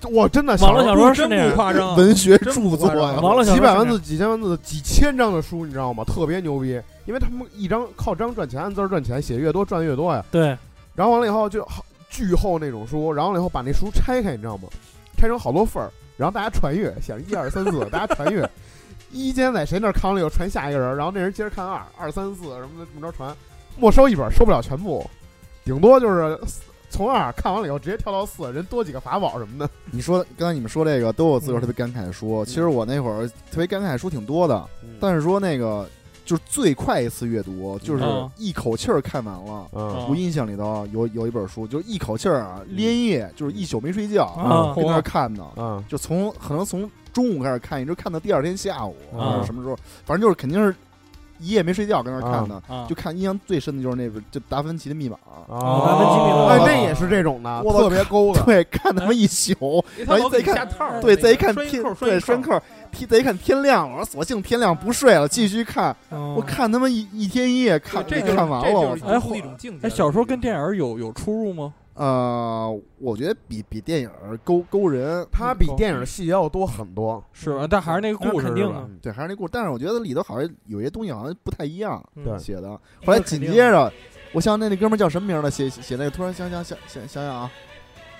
就我真的
网络小
小
说
不
是那
真不
样，
夸张，
文学著作呀、
网络小说
几
是
百万
那样
字、几千万字、几千张的书，你知道吗？特别牛逼，因为他们一张靠张赚钱，按字儿赚钱，写越多赚越多呀。
对，
然后完了以后就好巨厚那种书，然后了以后把那书拆开，你知道吗？拆成好多份儿，然后大家传阅，写着一二三四，大家传阅。 一间在谁那儿扛了以后传下一个人，然后那人接着看二二三四什么的，这么着传，没收一本，收不了全部，顶多就是四从二看完了以后直接跳到四，人多几个法宝什么的。
你说刚才你们说这个都有自个儿特别感慨的书，其实我那会儿特别感慨的书挺多的，
嗯
但是说那个就是最快一次阅读，就是
嗯
一口气儿看完了。
嗯
我印象里头有有一本书，就是一口气儿啊，连夜就是一宿没睡觉，
哦
啊
跟那儿看的，
嗯
就从可能从中午开始看，一直看到第二天下午，
啊
或者什么时候，反正就是肯定是一夜没睡觉跟那儿看的。
啊
就看印象最深的就是那本，就达芬奇的密码，
达芬奇密码
哦哎，那也是这种的，
我
特别勾的。
对，看他妈一 宿，
因为他老给你
再
下套儿，
对，
那个
再一看
拴一
天
扣，，
对，
拴
栓
一扣，
扣，天再一看天亮了，我说索性天亮不睡了，继续看。
我
我看他妈一一天一夜看，
嗯对这就是
看完了。
这
我
就是
操
游出一种境界。
哎，小说跟电影有有出入吗？
呃，我觉得比比电影儿勾勾人，
它比电影细节要多很多。
是吧？但还是那个
那
故事
肯
是
定啊的
嗯
吧？
对，还是那故事，但是我觉得里头好像有些东西好像不太一样
嗯
对
写的。后来紧接着，我想那那哥们儿叫什么名儿呢？写写那个，突然想想想想想想啊，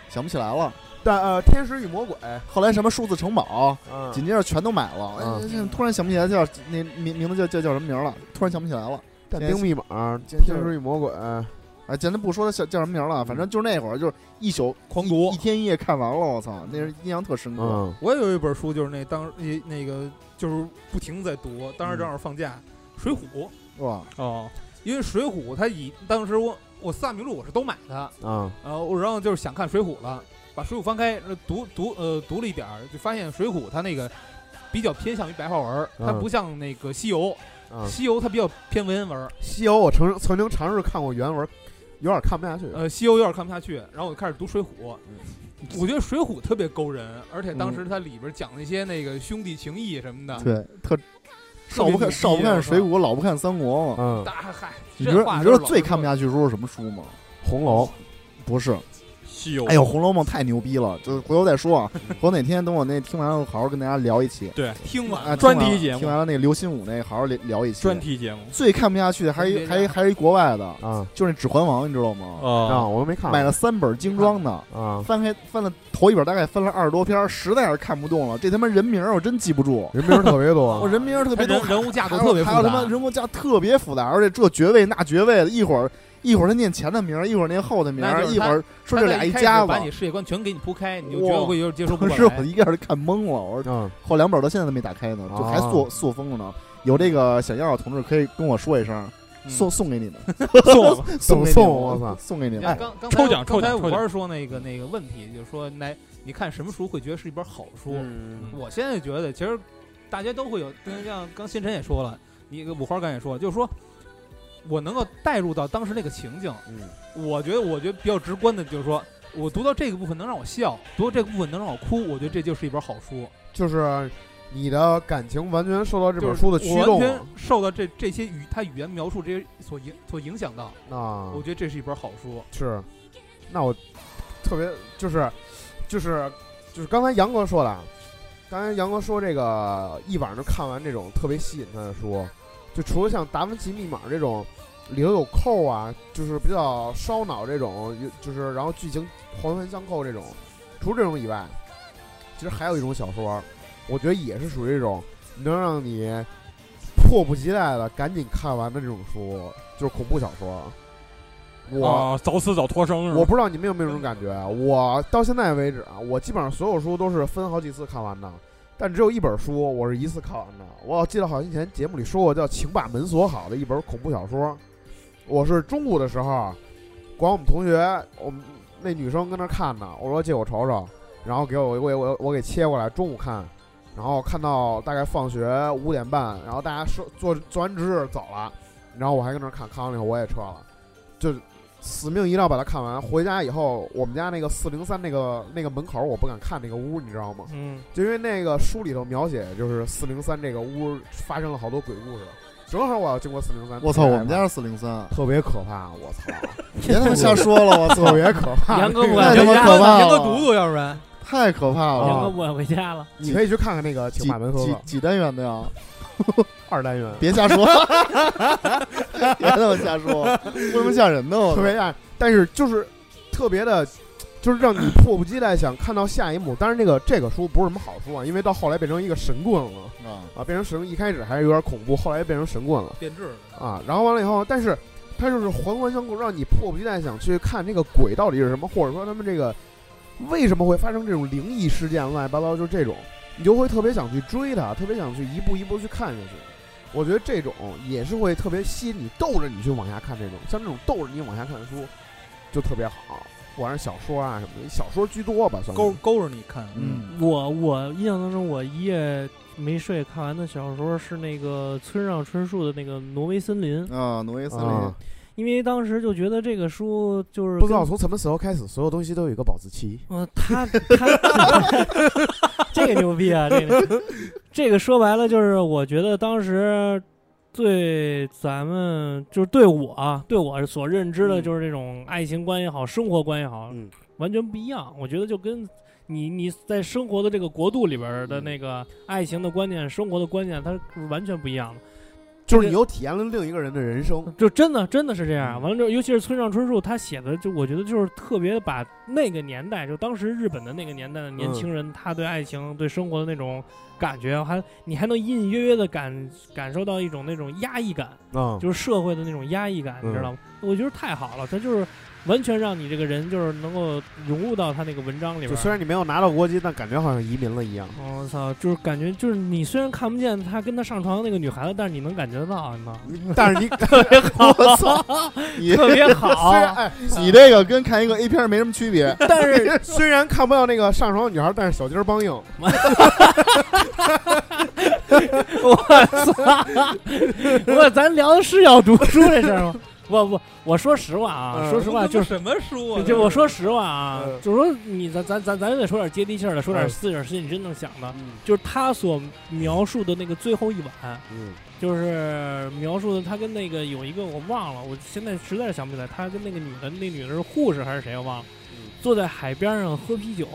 想不起来了。
但呃，天使与魔鬼，
哎
后来什么数字城堡，
嗯
紧接着全都买了。哎
嗯
现在突然想不起来叫那名名字叫叫叫什么名儿了，突然想不起来了。
但丁密码、
天
天使与魔鬼，
哎，咱就不说叫叫什么名儿了，反正就是那会儿就是一宿
嗯狂读
一天一夜看完了，我操，那是印象特深刻。
嗯，
我也有一本书，就是那当那那个就是不停在读，当时
嗯
正好放假，《水浒》，
哇，
嗯
哦，
因为《水浒》它以当时我我四大名著我是都买的，
嗯，
然后然后就是想看《水浒》了，把《水浒》翻开呃读读呃读了一点儿，就发现《水浒》它那个比较偏向于白话文儿，它
嗯
不像那个《西游》，
嗯
西游》它比较偏文言文儿，
西游我曾曾经尝试看过原文，有点看不下去。
呃，《西游》有点看不下去，然后我就开始读《水浒》。
嗯
我觉得《水浒》特别勾人，而且当时它里边讲那些那个兄弟情谊什么的，
对，特
特
少
别
不看
牛逼
少不看
我
水
操
浒，老不看三国嘛。
嗯，
大嗨，
你
这
知道
话
你知
都
道
是
最
老
看不
说
下去的书是什么书吗？
红楼，
不是，
哦
西游
哎呦，《红楼梦》太牛逼了，就回头再说啊。
嗯
回头哪天等我那听完了，好好跟大家聊一期。
对
的听完
啊，
了
听完
专题节目
听完了那个刘心武那，好好聊聊一期。
专题节目
最看不下去的还一
专题哦
还一还一国外的，
啊
就是那《指环王》，你知道吗？
啊，
啊，
我都没看。
买了三本精装的，
啊，
翻开翻了头一本，大概翻了二十多篇儿，实在是看不动了。这他妈人名儿我真记不住，
人名特别
我
多。
人名儿特别多
哦人，人物架
还
构
有
特别复
还有他妈
杂。
人物架特别复杂，而且这爵位那爵位的，一会儿一会儿他念前的名儿，一会儿念后的名
那
儿，
就是
一
他
会儿说这
他在
俩
一开始
家子
把。你世界观全给你铺开，你就觉
哇
得会有接受不
当
过
时我
来。
一个人看懵了，我说
嗯，
后两本到现在都没打开呢，就还
哦
塑塑封着呢。有这个想要的同志可以跟我说一声，
嗯
送送给你 们，
啊
送
送给你
嗯送
们
我操
送给你
你
们哎
看。刚刚才
抽奖
刚
抽
才
奖
五
抽奖
官说那个那个问题，就是说来你看什么书会觉得是一本好书？
嗯
我现在觉得，其实大家都会有，跟像刚新晨也说了，你五花刚也说了，就是说我能够带入到当时那个情境。
嗯
我觉得，我觉得比较直观的就是说，我读到这个部分能让我笑，读到这个部分能让我哭，我觉得这就是一本好书。
就是你的感情完全受到这
就
本
是
书的驱
我
动啊
完全受到这这些语他语言描述这些所影所影响到，
啊
我，觉得这是一本好书。
是。那我特别就是就是就是刚才杨哥说的，啊刚才杨哥说这个一晚上就看完这种特别吸引他的书，就除了像《达芬奇密码》这种里头有扣啊，就是比较烧脑这种，有就是然后剧情环环相扣这种，除这种以外，其实还有一种小说，我觉得也是属于这种能让你迫不及待的赶紧看完的这种书，就是恐怖小说。
哦
我
啊早死早脱生是吧？
我不知道你们有没有这种感觉啊，我到现在为止啊，我基本上所有书都是分好几次看完的，但只有一本书我是一次看完的。我记得好像以前节目里说过，叫《请把门锁好》的一本恐怖小说。我是中午的时候，啊管我们同学，我们那女生跟那看呢，我说借我瞅瞅，然后给我我我我给切过来，中午看，然后看到大概放学五点半，然后大家收做做完值日走了，然后我还跟那看，看完了以后我也撤了，就死命一定要把它看完。回家以后，我们家那个四零三那个那个门口，我不敢看那个屋，你知道吗？
嗯，
就因为那个书里头描写，就是四零三这个屋发生了好多鬼故事。正好我要经过四零三，
我操，我们家是四零 三，
特别可怕，我操，
别他妈瞎说了，我
特
操，
别可怕。
杨哥不
那
敢
他
回
妈
家
可
了，
怕
严格
了
读读，要不然
太可怕
啊
杨
了。
哥不敢回家了。
你可以去看看那个《请
几
把门锁
几
好
几单元的呀？》
二单元，
别瞎 说，别他妈瞎说，为什么吓人呢？我
特别暗，但是就是特别的，就是让你迫不及待想看到下一幕。当然，这个这个书不是什么好书啊，因为到后来变成一个神棍了
啊，
啊，变成神一开始还是有点恐怖，后来变成神棍了
变质了。
啊。然后完了以后，但是它就是环环相扣，让你迫不及待想去看这个鬼到底是什么，或者说他们这个为什么会发生这种灵异事件，乱七八糟就这种，你就会特别想去追它，特别想去一步一步去看下去。我觉得这种也是会特别吸引你，逗着你去往下看。这种像这种逗着你往下看的书，就特别好。不管是小说啊什么的，小说居多吧，算是
勾勾着你看，
嗯，
我我印象当中，我一夜没睡看完的小说是那个村上春树的那个《挪威森林》，
嗯
啊，挪威森林
啊，，
因为当时就觉得这个书就是
不知道
跟
从什么时候开始，所有东西都有一个保质期。
呃，他 他这个牛逼啊，这个这个说白了就是，我觉得当时对咱们就是对我啊对我所认知的，
嗯
就是这种爱情观也好，生活观也好，
嗯
完全不一样。我觉得就跟你你在生活的这个国度里边儿的
嗯
那个爱情的观念、生活的观念，它是完全不一样的。
就是你又体验了另一个人的人生，
就真的真的是这
嗯
样。完了之后，尤其是村上春树，他写的就我觉得就是特别把那个年代，就当时日本的那个年代的年轻人，他对爱情、对生活的那种感觉，还你还能隐隐约约的感感受到一种那种压抑感，
啊，
就是社会的那种压抑感，你知
嗯
道吗？我觉得太好了，他就是完全让你这个人就是能够融入到他那个文章里边儿。
就虽然你没有拿到国籍，但感觉好像移民了一样。
我操，就是感觉就是你虽然看不见他跟他上床的那个女孩子，但是你能感觉得到，你知道 吗？
但是你
我操，你
特别
虽然
好，
哎，
你这个跟看一个 A 片没什么区别，
但是
虽然看不到那个上床的女孩，但是小鸡儿梆硬。
我操！我咱聊的是要读书这事儿吗？不不，我说实话啊，
嗯
说实话就是。
什么书啊？
就我说实话啊，
嗯
就是说你咱咱咱咱也得说点接地气儿的，说点
嗯
自个儿心里真正想的，
嗯
就是他所描述的那个最后一晚，
嗯
就是描述的他跟那个有一个我忘了，我现在实在是想不起来，他跟那个女的，那女的是护士还是谁我忘了，坐在海边上喝啤酒，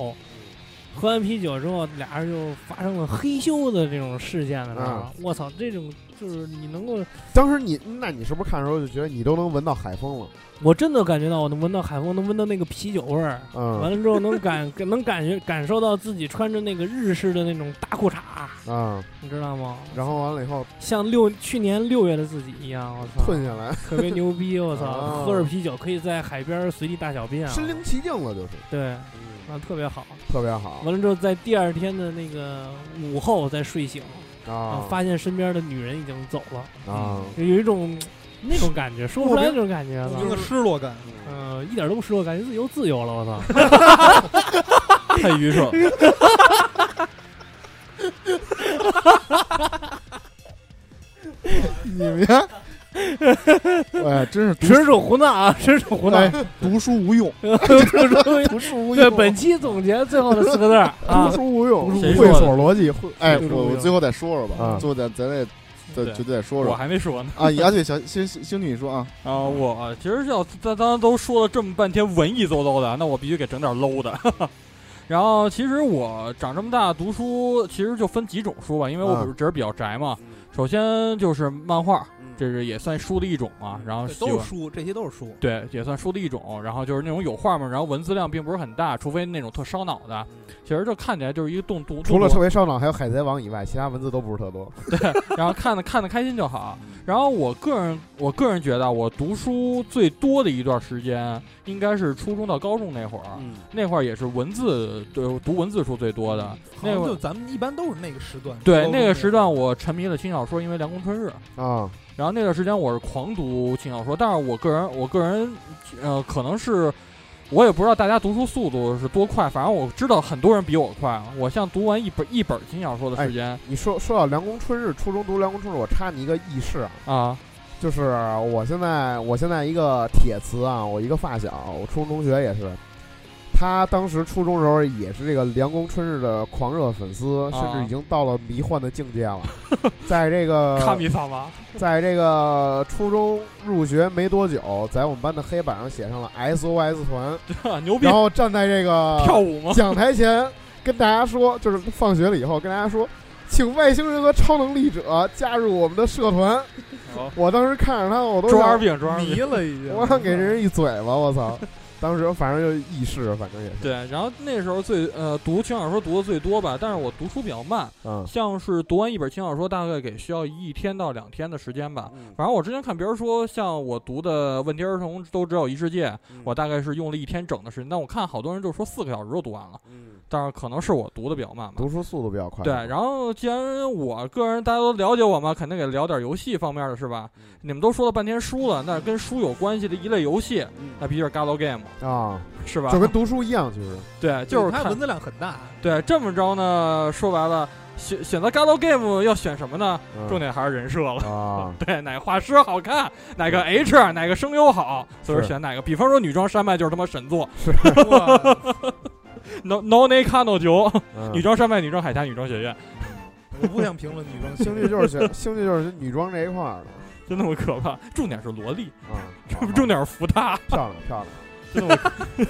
喝完啤酒之后，俩人就发生了嘿咻的这种事
嗯
件了，知道吗？我操，这种就是你能够，
当时你，那你是不是看的时候就觉得你都能闻到海风了？
我真的感觉到我能闻到海风，能闻到那个啤酒味儿，完
嗯
了之后能感 能感觉感受到自己穿着那个日式的那种大裤衩，
啊，
你知道吗？
然后完了以后
像六去年六月的自己一样，我操，
吞下来，
特别牛逼，我操，
哦
喝着啤酒可以在海边随地大小便啊，
身临其境了，就是
对，那特别好。
特别好
完了之后，在第二天的那个午后再睡醒，
啊
发现身边的女人已经走了。
啊！
有一种那种感觉，说不出来那种感觉了
有。一个失落感，
嗯、一点都不失落，感觉自己又自由了。我操！
太愚蠢了。
你们家， 哎，真是读
纯属胡闹啊，纯属胡闹。
哎读书无用，
对，
读书无用，
本期总结最后的四个字儿啊
读，书无用，
读书无用
会所逻辑会
哎，
读书无
我我
用
最后再说说吧，
啊
最后咱咱得
对
咱绝对得说
我
说
还没说呢
啊！你啊，对，小星星星女你说啊，
啊！我啊其实要咱刚刚都说了这么半天文艺邹邹的，那我必须给整点 low 的。然后其实我长这么大读书，其实就分几种书吧，因为我
啊
只是比较宅嘛。
嗯
首先就是漫画，
嗯
这是也算书的一种嘛。然后
嗯对
希
都
望
是书，这些都是书。
对，也算书的一种。然后就是那种有画嘛，然后文字量并不是很大，除非那种特烧脑的。其实这看起来就是一个动读，
除了
动
特别烧脑，还有海贼王以外，其他文字都不是特多。
作然后看的看的开心就好。然后我个人我个人觉得，我读书最多的一段时间应该是初中到高中那会儿，
嗯，
那会儿也是文字对读文字书最多的。
好
那
像
会
就
儿
咱们一般都是那个时段。
对
高中
那个时段，
会儿
我沉迷了轻小说，因为《凉宫春日》。
啊，
然后那段时间我是狂读轻小说，但是我个人，我个人，呃，可能是我也不知道大家读书速度是多快，反正我知道很多人比我快。我像读完一本一本轻小说的时间、
你说说到《凉宫春日》，初中读《凉宫春日》，我插你一个轶事啊，
啊，
就是我现在我现在一个铁磁啊，我一个发小，我初中同学也是，他当时初中时候也是这个《凉宫春日》的狂热粉丝，
啊
甚至已经到了迷幻的境界 了。在这个
卡米萨吗？
在这个初中入学没多久，在我们班的黑板上写上了 SOS 团，
啊牛逼
然，后站在这个
跳舞 吗？
讲台前跟大家说，就是放学了以后跟大家说，请外星人和超能力者加入我们的社团。我当时看着他，我都
抓
想，
饼抓饼
迷。了已经。
我想给人一嘴巴，我操！当时反正就是意识，反正也是，
对，然后那时候最呃读轻小说读的最多吧，但是我读书比较慢，
嗯，
像是读完一本轻小说大概给需要一天到两天的时间吧。反正我之前看别人说，像我读的《问题儿童都只有一世界》，我大概是用了一天整的时间，但我看好多人就说四个小时就读完了，但是可能是我读的比较慢吧。
读书速度比较快。
对，然后既然我个人大家都了解我嘛，肯定得聊点游戏方面的是吧？你们都说了半天书了，那跟书有关系的一类游戏，那必须是 Galo Game
啊，
是吧
就？跟读书一样，其实
对，就是
它
看
文字量很大。
对这么着呢，说白了。选选择 Galo Game 要选什么呢？
嗯
重点还是人设了。
啊，
对，哪个画师好看，哪个 H，哪个声优好，所以说
是
选哪个。比方说女装山脉就是他妈神作
哇
，No No Ne Kano 九，
嗯
女装山脉、女装海滩、女装学院，
我不想评论女装
兴趣就是学，兴趣就是女装这一块 儿的
真那么可怕？重点是萝莉，
啊，好
重点是服 他，
漂亮漂亮，
真的么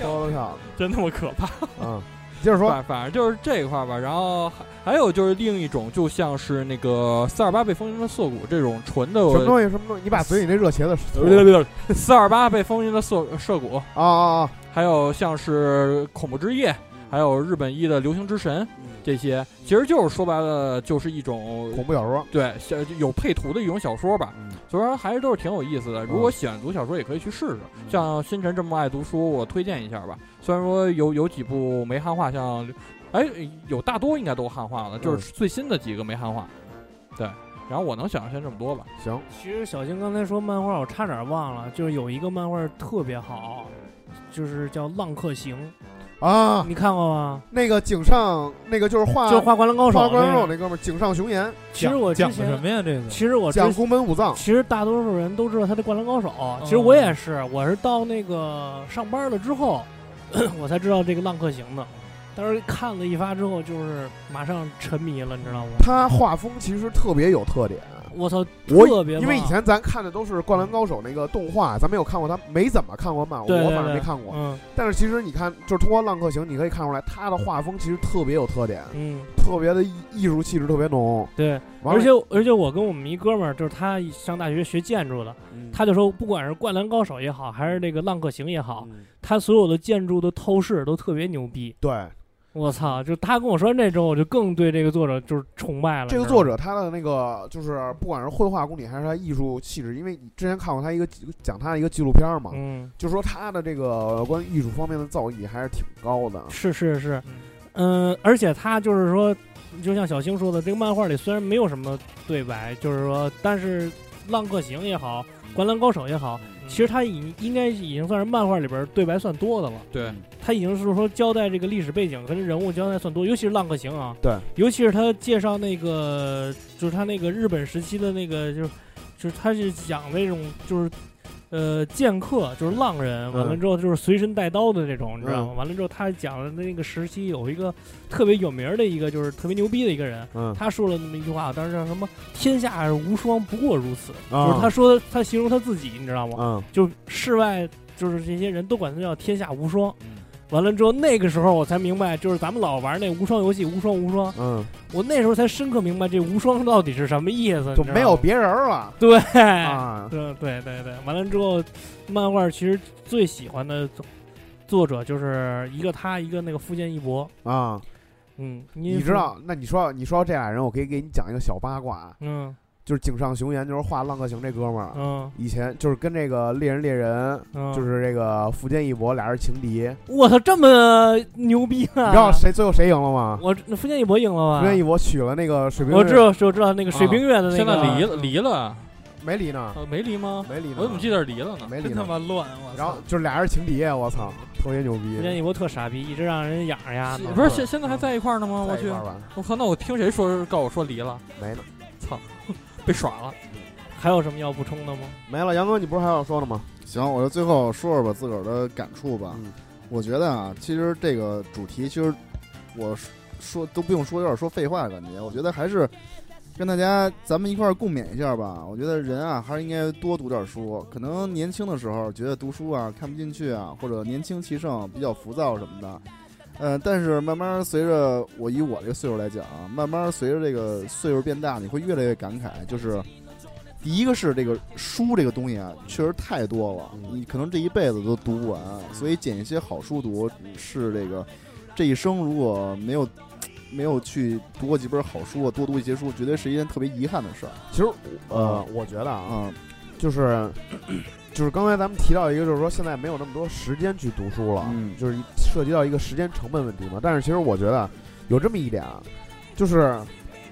高的漂
真那么可怕。
亮 啊！接着说，
反反正就是这一块儿吧，然后还还有就是另一种，就像是那个四二八被风云的涩谷这种纯的。
什么东西什么东西？你把嘴里那热茄子吐了
四二八被风云的涩涩谷，
啊啊啊！
还有像是恐怖之夜，
嗯
还有日本一的流行之神，这些其实就是说白了就是一种
恐怖小说，
对像有配图的一种小说吧。
嗯
所以说还是都是挺有意思
嗯
的。如果喜欢读小说，也可以去试试。像星辰这么爱读书，我推荐一下吧。虽然说有有几部没汉化，像哎有大多应该都汉
嗯
化了，就是最新的几个没汉化。对，然后我能想象先这么多吧。
行，
其实小新刚才说漫画，我差点忘了，就是有一个漫画特别好，就是叫《浪客行》，
啊，
你看过吗？
那个井上，那个就是画
就画《灌篮高手》
画关
那
肉
个。哦
那哥们儿，井上雄彦
其实我之
讲的什
前，
么呀？这个
其实我之
讲宫本武藏，
其实大多数人都知道他的《灌篮高手》，
嗯
其实我也是，我是到那个上班了之后， 我才知道这个《浪客行》的。当时看了一发之后，就是马上沉迷了，你知道吗？
他画风其实特别有特点。
我操，
嗯我
特别棒
因为以前咱看的都是《灌篮高手》那个动画，咱没有看过他，没怎么看过漫，
对对
我反正
对
没看过。
嗯
但是其实你看，就是通过《浪客行》，你可以看出来他的画风其实特别有特点，
嗯，
特别的艺艺术气质特别浓。
对。
完
而
了
且而且我跟我们一哥们儿，就是他上大学学建筑
嗯
的，他就说，不管是《灌篮高手》也好，还是那个《浪客行》也
嗯
好，他所有的建筑的透视都特别牛逼。
对
我操！就他跟我说完这之后，我就更对这个作者就是崇拜了。
这个
你知道
作
吗
者，他的那个就是不管是绘画功底还是他艺术气质，因为你之前看过他一个纪讲他的一个纪录片嘛，
嗯，
就说他的这个关于艺术方面的造诣还是挺高的。
是是是，嗯，而且他就是说，就像小星说的，这个漫画里虽然没有什么对白，就是说，但是《浪客行》也好，《灌篮高手》也好，其实他已应该已经算是漫画里边对白算多的了。
对，
他已经是说交代这个历史背景跟人物交代算多，尤其是《浪客行》啊，
对，
尤其是他介绍那个，就是他那个日本时期的那个，就是就是他是讲那种就是。呃，剑客就是浪人，完了之后就是随身带刀的那种，你知道吗？
嗯
完了之后，他讲的那个时期有一个特别有名儿的一个，就是特别牛逼的一个人，
嗯
他说了那么一句话，当时叫什么“天下无双，不过如此”，
啊
就是他说他形容他自己，你知道吗？
嗯
嗯
就室外就是这些人都管他叫天下无双。完了之后，那个时候我才明白，就是咱们老玩那无双游戏，无双无双，
嗯，
我那时候才深刻明白这无双到底是什么意思，你
就
知道
没有
吗
别人儿了
对、
啊。
对对对对，完了之后，漫画其实最喜欢的作作者就是一个他，一个那个富坚义博。
啊，
嗯，你
你知？道？啊那你说你说这俩人，我可以给你讲一个小八卦啊，
嗯
就是井上雄彦，就是画《浪客行》这哥们儿，
嗯
以前就是跟这个猎人猎人，
嗯，啊
就是这个福建一博俩人情敌，
我操，这么牛逼啊！
你知道谁啊最后谁赢了吗？
我那富坚义博赢了吧？
福建一博娶了那个水兵，
我知道，我知道那个水
啊
冰月的那个。
现在离
嗯
了离了，
没离呢，
呃没离吗？
没离呢，
我怎么记得是离了呢？
没离
真他
呢？
妈乱！我
然后
操！
就是俩人情敌，啊我操，特别牛
福建
逼。
义博特傻逼，一直让人痒呀。
是
不是现现在还在一块儿呢吗？我
在一
去
块，儿吧，
我靠！那我听谁说告我说离了？
没呢，
被耍了。
还有什么要补充的吗？
没了。杨哥，你不是还要说呢吗？
行，我就最后说说吧自个儿的感触吧。
嗯
我觉得啊，其实这个主题其实我说说都不用说，有点说废话的感觉。我觉得还是跟大家咱们一块儿共勉一下吧。我觉得人啊，还是应该多读点书。可能年轻的时候觉得读书啊看不进去啊，或者年轻气盛，比较浮躁什么的。呃，但是慢慢随着我以我这个岁数来讲啊，慢慢随着这个岁数变大，你会越来越感慨，就是第一个是这个书这个东西啊，确实太多了，
嗯
你可能这一辈子都读不完，所以捡一些好书读是这个这一生如果没有没有去读过几本好书，多读一些书，绝对是一件特别遗憾的事儿
其实我，呃，我觉得啊，
啊、
就是 就是刚才咱们提到一个，就是说现在没有那么多时间去读书了，
嗯
就是涉及到一个时间成本问题嘛。但是其实我觉得有这么一点啊，就是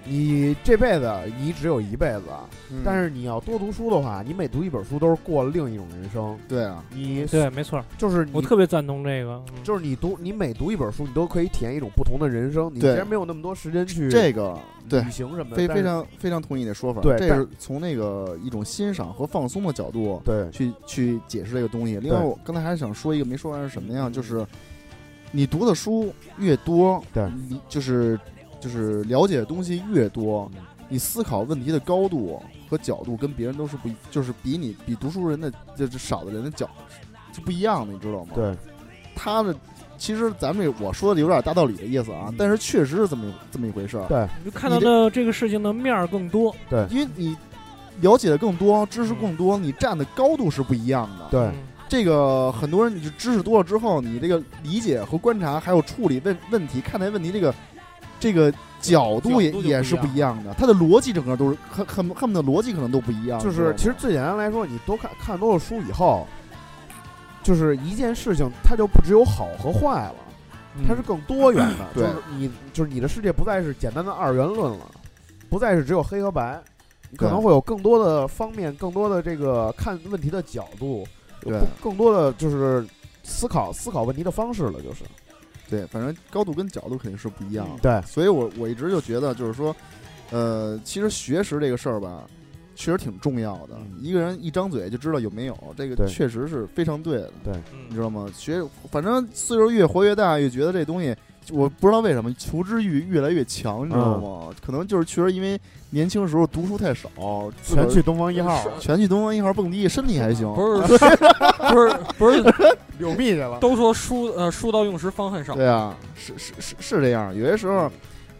你这辈子你只有一辈子，啊
嗯
但是你要多读书的话，你每读一本书都是过另一种人生。
对啊，
你
对，没错，
就是你
我特别赞同这个。嗯
就是你读你每读一本书，你都可以体验一种不同的人生。你既
对
然没有那么多时间去
这个对
旅。行什么的，
非
嗯但是
非常非常同意你的说法，
对
这
但
是从那个一种欣赏和放松的角度，
对
去去解释这个东西。另外，
对嗯
我刚才还想说一个没说完是什么呀？就是你读的书越多，
对
你就是就是了解的东西越多，你思考问题的高度和角度跟别人都是不一，就是比你比读书人的就是少的人的角是不一样的，你知道吗？，
对，
他的其实咱们我说的有点大道理的意思
嗯
啊，但是确实是这么一这么一回事儿。
你就看到的这个事情的面儿更多。
因为你了解的更多，知识更多，你站的高度是不一样的。
对
嗯
这个很多人，你就知识多了之后，你这个理解和观察，还有处理问问题、看待问题这个这个角度也
角度就不一样
也是不一样的，它的逻辑整个都是恨恨恨不得逻辑可能都不一样。
就是其
实
实最简单来说，你多看看多了书以后，就是一件事情，它就不只有好和坏了，
嗯
它是更多元的。
嗯对
就是你就是你的世界不再是简单的二元论了，不再是只有黑和白，你可
对
能会有更多的方面，更多的这个看问题的角度，有
对
更更多的就是思考思考问题的方式了，就是
对，反正高度跟角度肯定是不一样的。
对，
所以我我一直就觉得，就是说，呃，其实学识这个事儿吧，确实挺重要的。
嗯
一个人一张嘴就知道有没有，这
对
个确实是非常对的。你
嗯
知道吗？学，反正岁数越活越大，越觉得这东西，我不知道为什么求知欲越来越强，你知
嗯
道吗？可能就是确实因为年轻时候读书太少，自个儿
全去东方一号
全去东方一号蹦迪，身体还行。
不是不是不是，
柳密去了。
都说书呃书到用时方恨少。
对啊，是是是是这样。有些时候，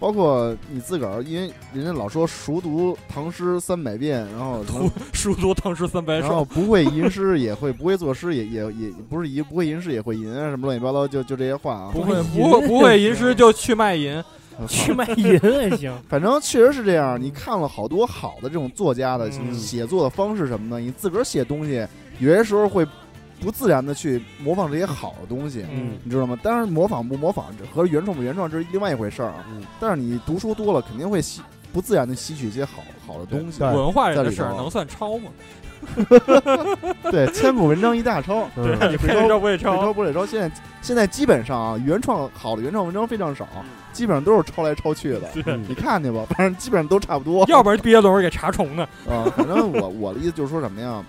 包括你自个儿，因为人家老说熟读唐诗三百遍，然后
读书多当时三百
然后
少，
不会吟诗也会，不会作诗也也也不是吟不会吟诗也会吟啊，什么乱七八糟，就就这些话啊。
不会不会不会吟诗就去卖淫，
去卖淫也行。
反正确实是这样，你看了好多好的这种作家的
嗯
写作的方式什么的，你自个儿写东西，有些时候会不自然的去模仿这些好的东西，
嗯
你知道吗？当然模仿不模仿这和原创不原创这是另外一回事儿啊。
嗯
但是你读书多了，肯定会吸不自然的吸取一些好好的东西。
对
文化人的事
在
儿
里头啊
能算抄吗？
对，千古文章一大抄，
嗯
你
不
回头
不会
这抄不是抄，现在现在基本上啊，原创好的原创文章非常少，基本上都是抄来抄去的。
嗯
你看去吧，反正基本上都差不多。
要不然憋轮儿给查重呢。
啊，反正我 我的意思就是说什么呀，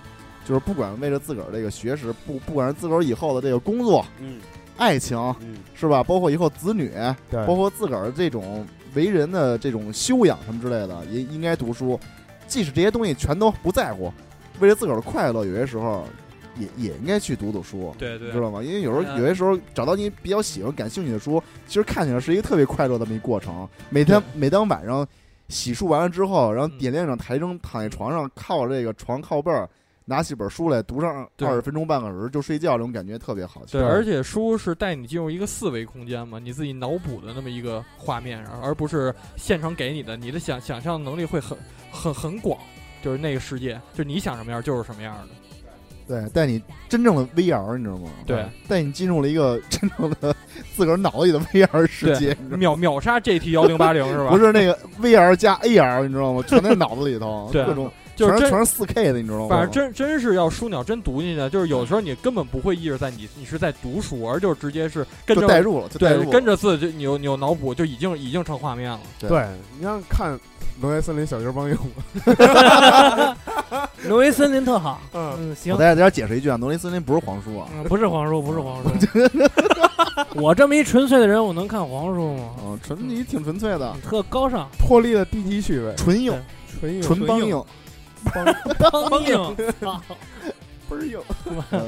就是不管为了自个儿这个学识，不不管是自个儿以后的这个工作、
嗯
爱情
嗯，
是吧，包括以后子女，
对，
包括自个儿这种为人的这种修养什么之类的，也应该读书。即使这些东西全都不在乎，为了自个儿的快乐，有些时候也也应该去读读书，
对对
知道吗？因为有时候
嗯
有些时候找到你比较喜欢、感兴趣的书，其实看起来是一个特别快乐的这么一过程。每天每当晚上洗漱完了之后，然后
嗯
点亮一盏台灯，躺在床上靠这个床靠背儿，拿起本书来读上
对
二十分钟半个小时就睡觉，这种感觉特别好。
对，而且书是带你进入一个四维空间嘛，你自己脑补的那么一个画面，然后而不是现成给你的，你的想想象能力会很很很广，就是那个世界，就你想什么样就是什么样的。
对，带你真正的 VR，你知道吗？
对，
带你进入了一个真正的自个儿脑子里的 VR 世界，你知道吗
秒秒杀 GT 幺零八零是吧？
不，是那个 VR 加 AR，你知道吗？全在脑子里头，
对
各种
就
全
是
是
真。
全是四 K 的，你知道吗？
反正真真是要书鸟真读进去，就是有的时候你根本不会意识在你你是在读书，而就是直接是跟
就代
着
入了，就代
对
入了
跟着字就你有你有脑补就已经已经成画面了。
对
对，你像看《挪威森林小鸡儿帮佣》，
挪威森林特好。
嗯，
嗯，
我
行，
再给大家解释一句啊，《挪威森林》不是黄书啊，
嗯，不是黄叔，不是黄叔。我这么一纯粹的人，我能看黄叔吗？嗯
嗯，纯你挺纯粹的，
特高尚，
脱离了低级趣味，
纯硬，
纯硬
纯帮
硬。
硬，
帮硬。
倍儿硬。
嗯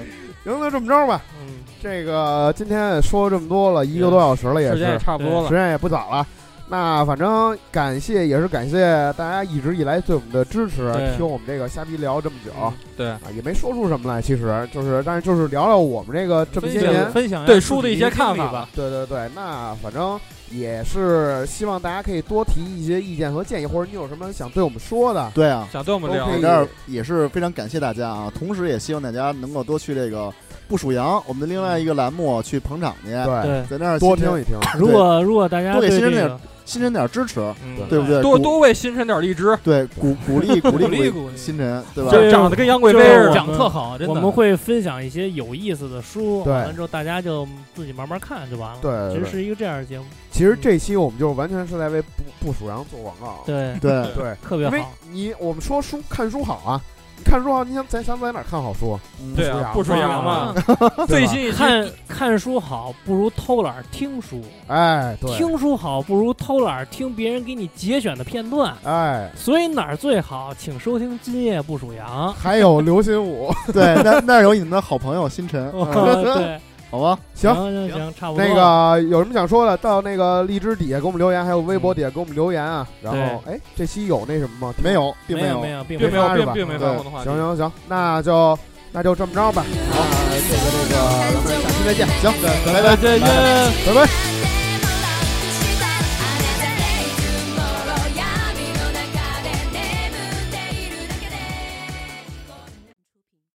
行，那这么着吧，
嗯，
这个今天也说这么多了，一个多小时了，也
时
是
间也差不多
时
了，
间也不早了。那反正感谢也是感谢大家一直以来对我们的支持，
对
听我们这个瞎逼聊这么久、
嗯
对
啊，也没说出什么来，其实就是，但是就是聊聊我们这个这么
分
些年
享，分享
对书的一些看法
吧。。
对对对，那反正也是希望大家可以多提一些意见和建议，或者你有什么想对我们说的，
对啊。
想对我们
都
聊
可
在
以
这儿也是非常感谢大家啊，同时也希望大家能够多去这个不数羊我们的另外一个栏目去捧场去，
对，
对。
在那儿
多
新
听
增
一听，
如果如果大家
哎多给
对
新
这
人点
个，
新人点儿支持，
嗯
对不对？
多
鼓
多为新辰点荔枝，
对鼓鼓励鼓励
鼓励鼓励
新人，对吧？
这
长长得跟杨贵妃
就是
似的。
讲特好，真的。
我们会分享一些有意思的书，
对
完了之后大家就自己慢慢看就完了。
对对
其
对
实是一个这样的节目，
其实这期我们就完全是在为不不数羊做广告，
对，
对
对，
特别
因为
好。
你我们说书看书好啊，你看书好，你想咱想在哪儿看好书？
对
不
啊，
嗯不
不
说
说
羊
羊
嘛
嘛。
对吧
最新一 期
看看书好，不如偷懒儿听书；
哎，对，
听书好，不如偷懒儿听别人给你节选的片段。
哎，
所以哪儿最好，请收听《今夜不数 羊》
还有刘心武，
对，那那有你们的好朋友新陈，
哦对，
好吧？
行
行
行
行，差不多。
那个有什么想说的，到那个荔枝底下给我们留言，还有微博底下给我们留言啊。然后，哎，这期有那什么吗？
没有，并
没
有，
没有，并
并
没
没
有。
有
发是吧
并并没发
对
我的话题
行。行行，那就那就这么着吧。
啊，这个这个，咱们下期再见，行，
拜拜，再见。
拜拜。
拜拜。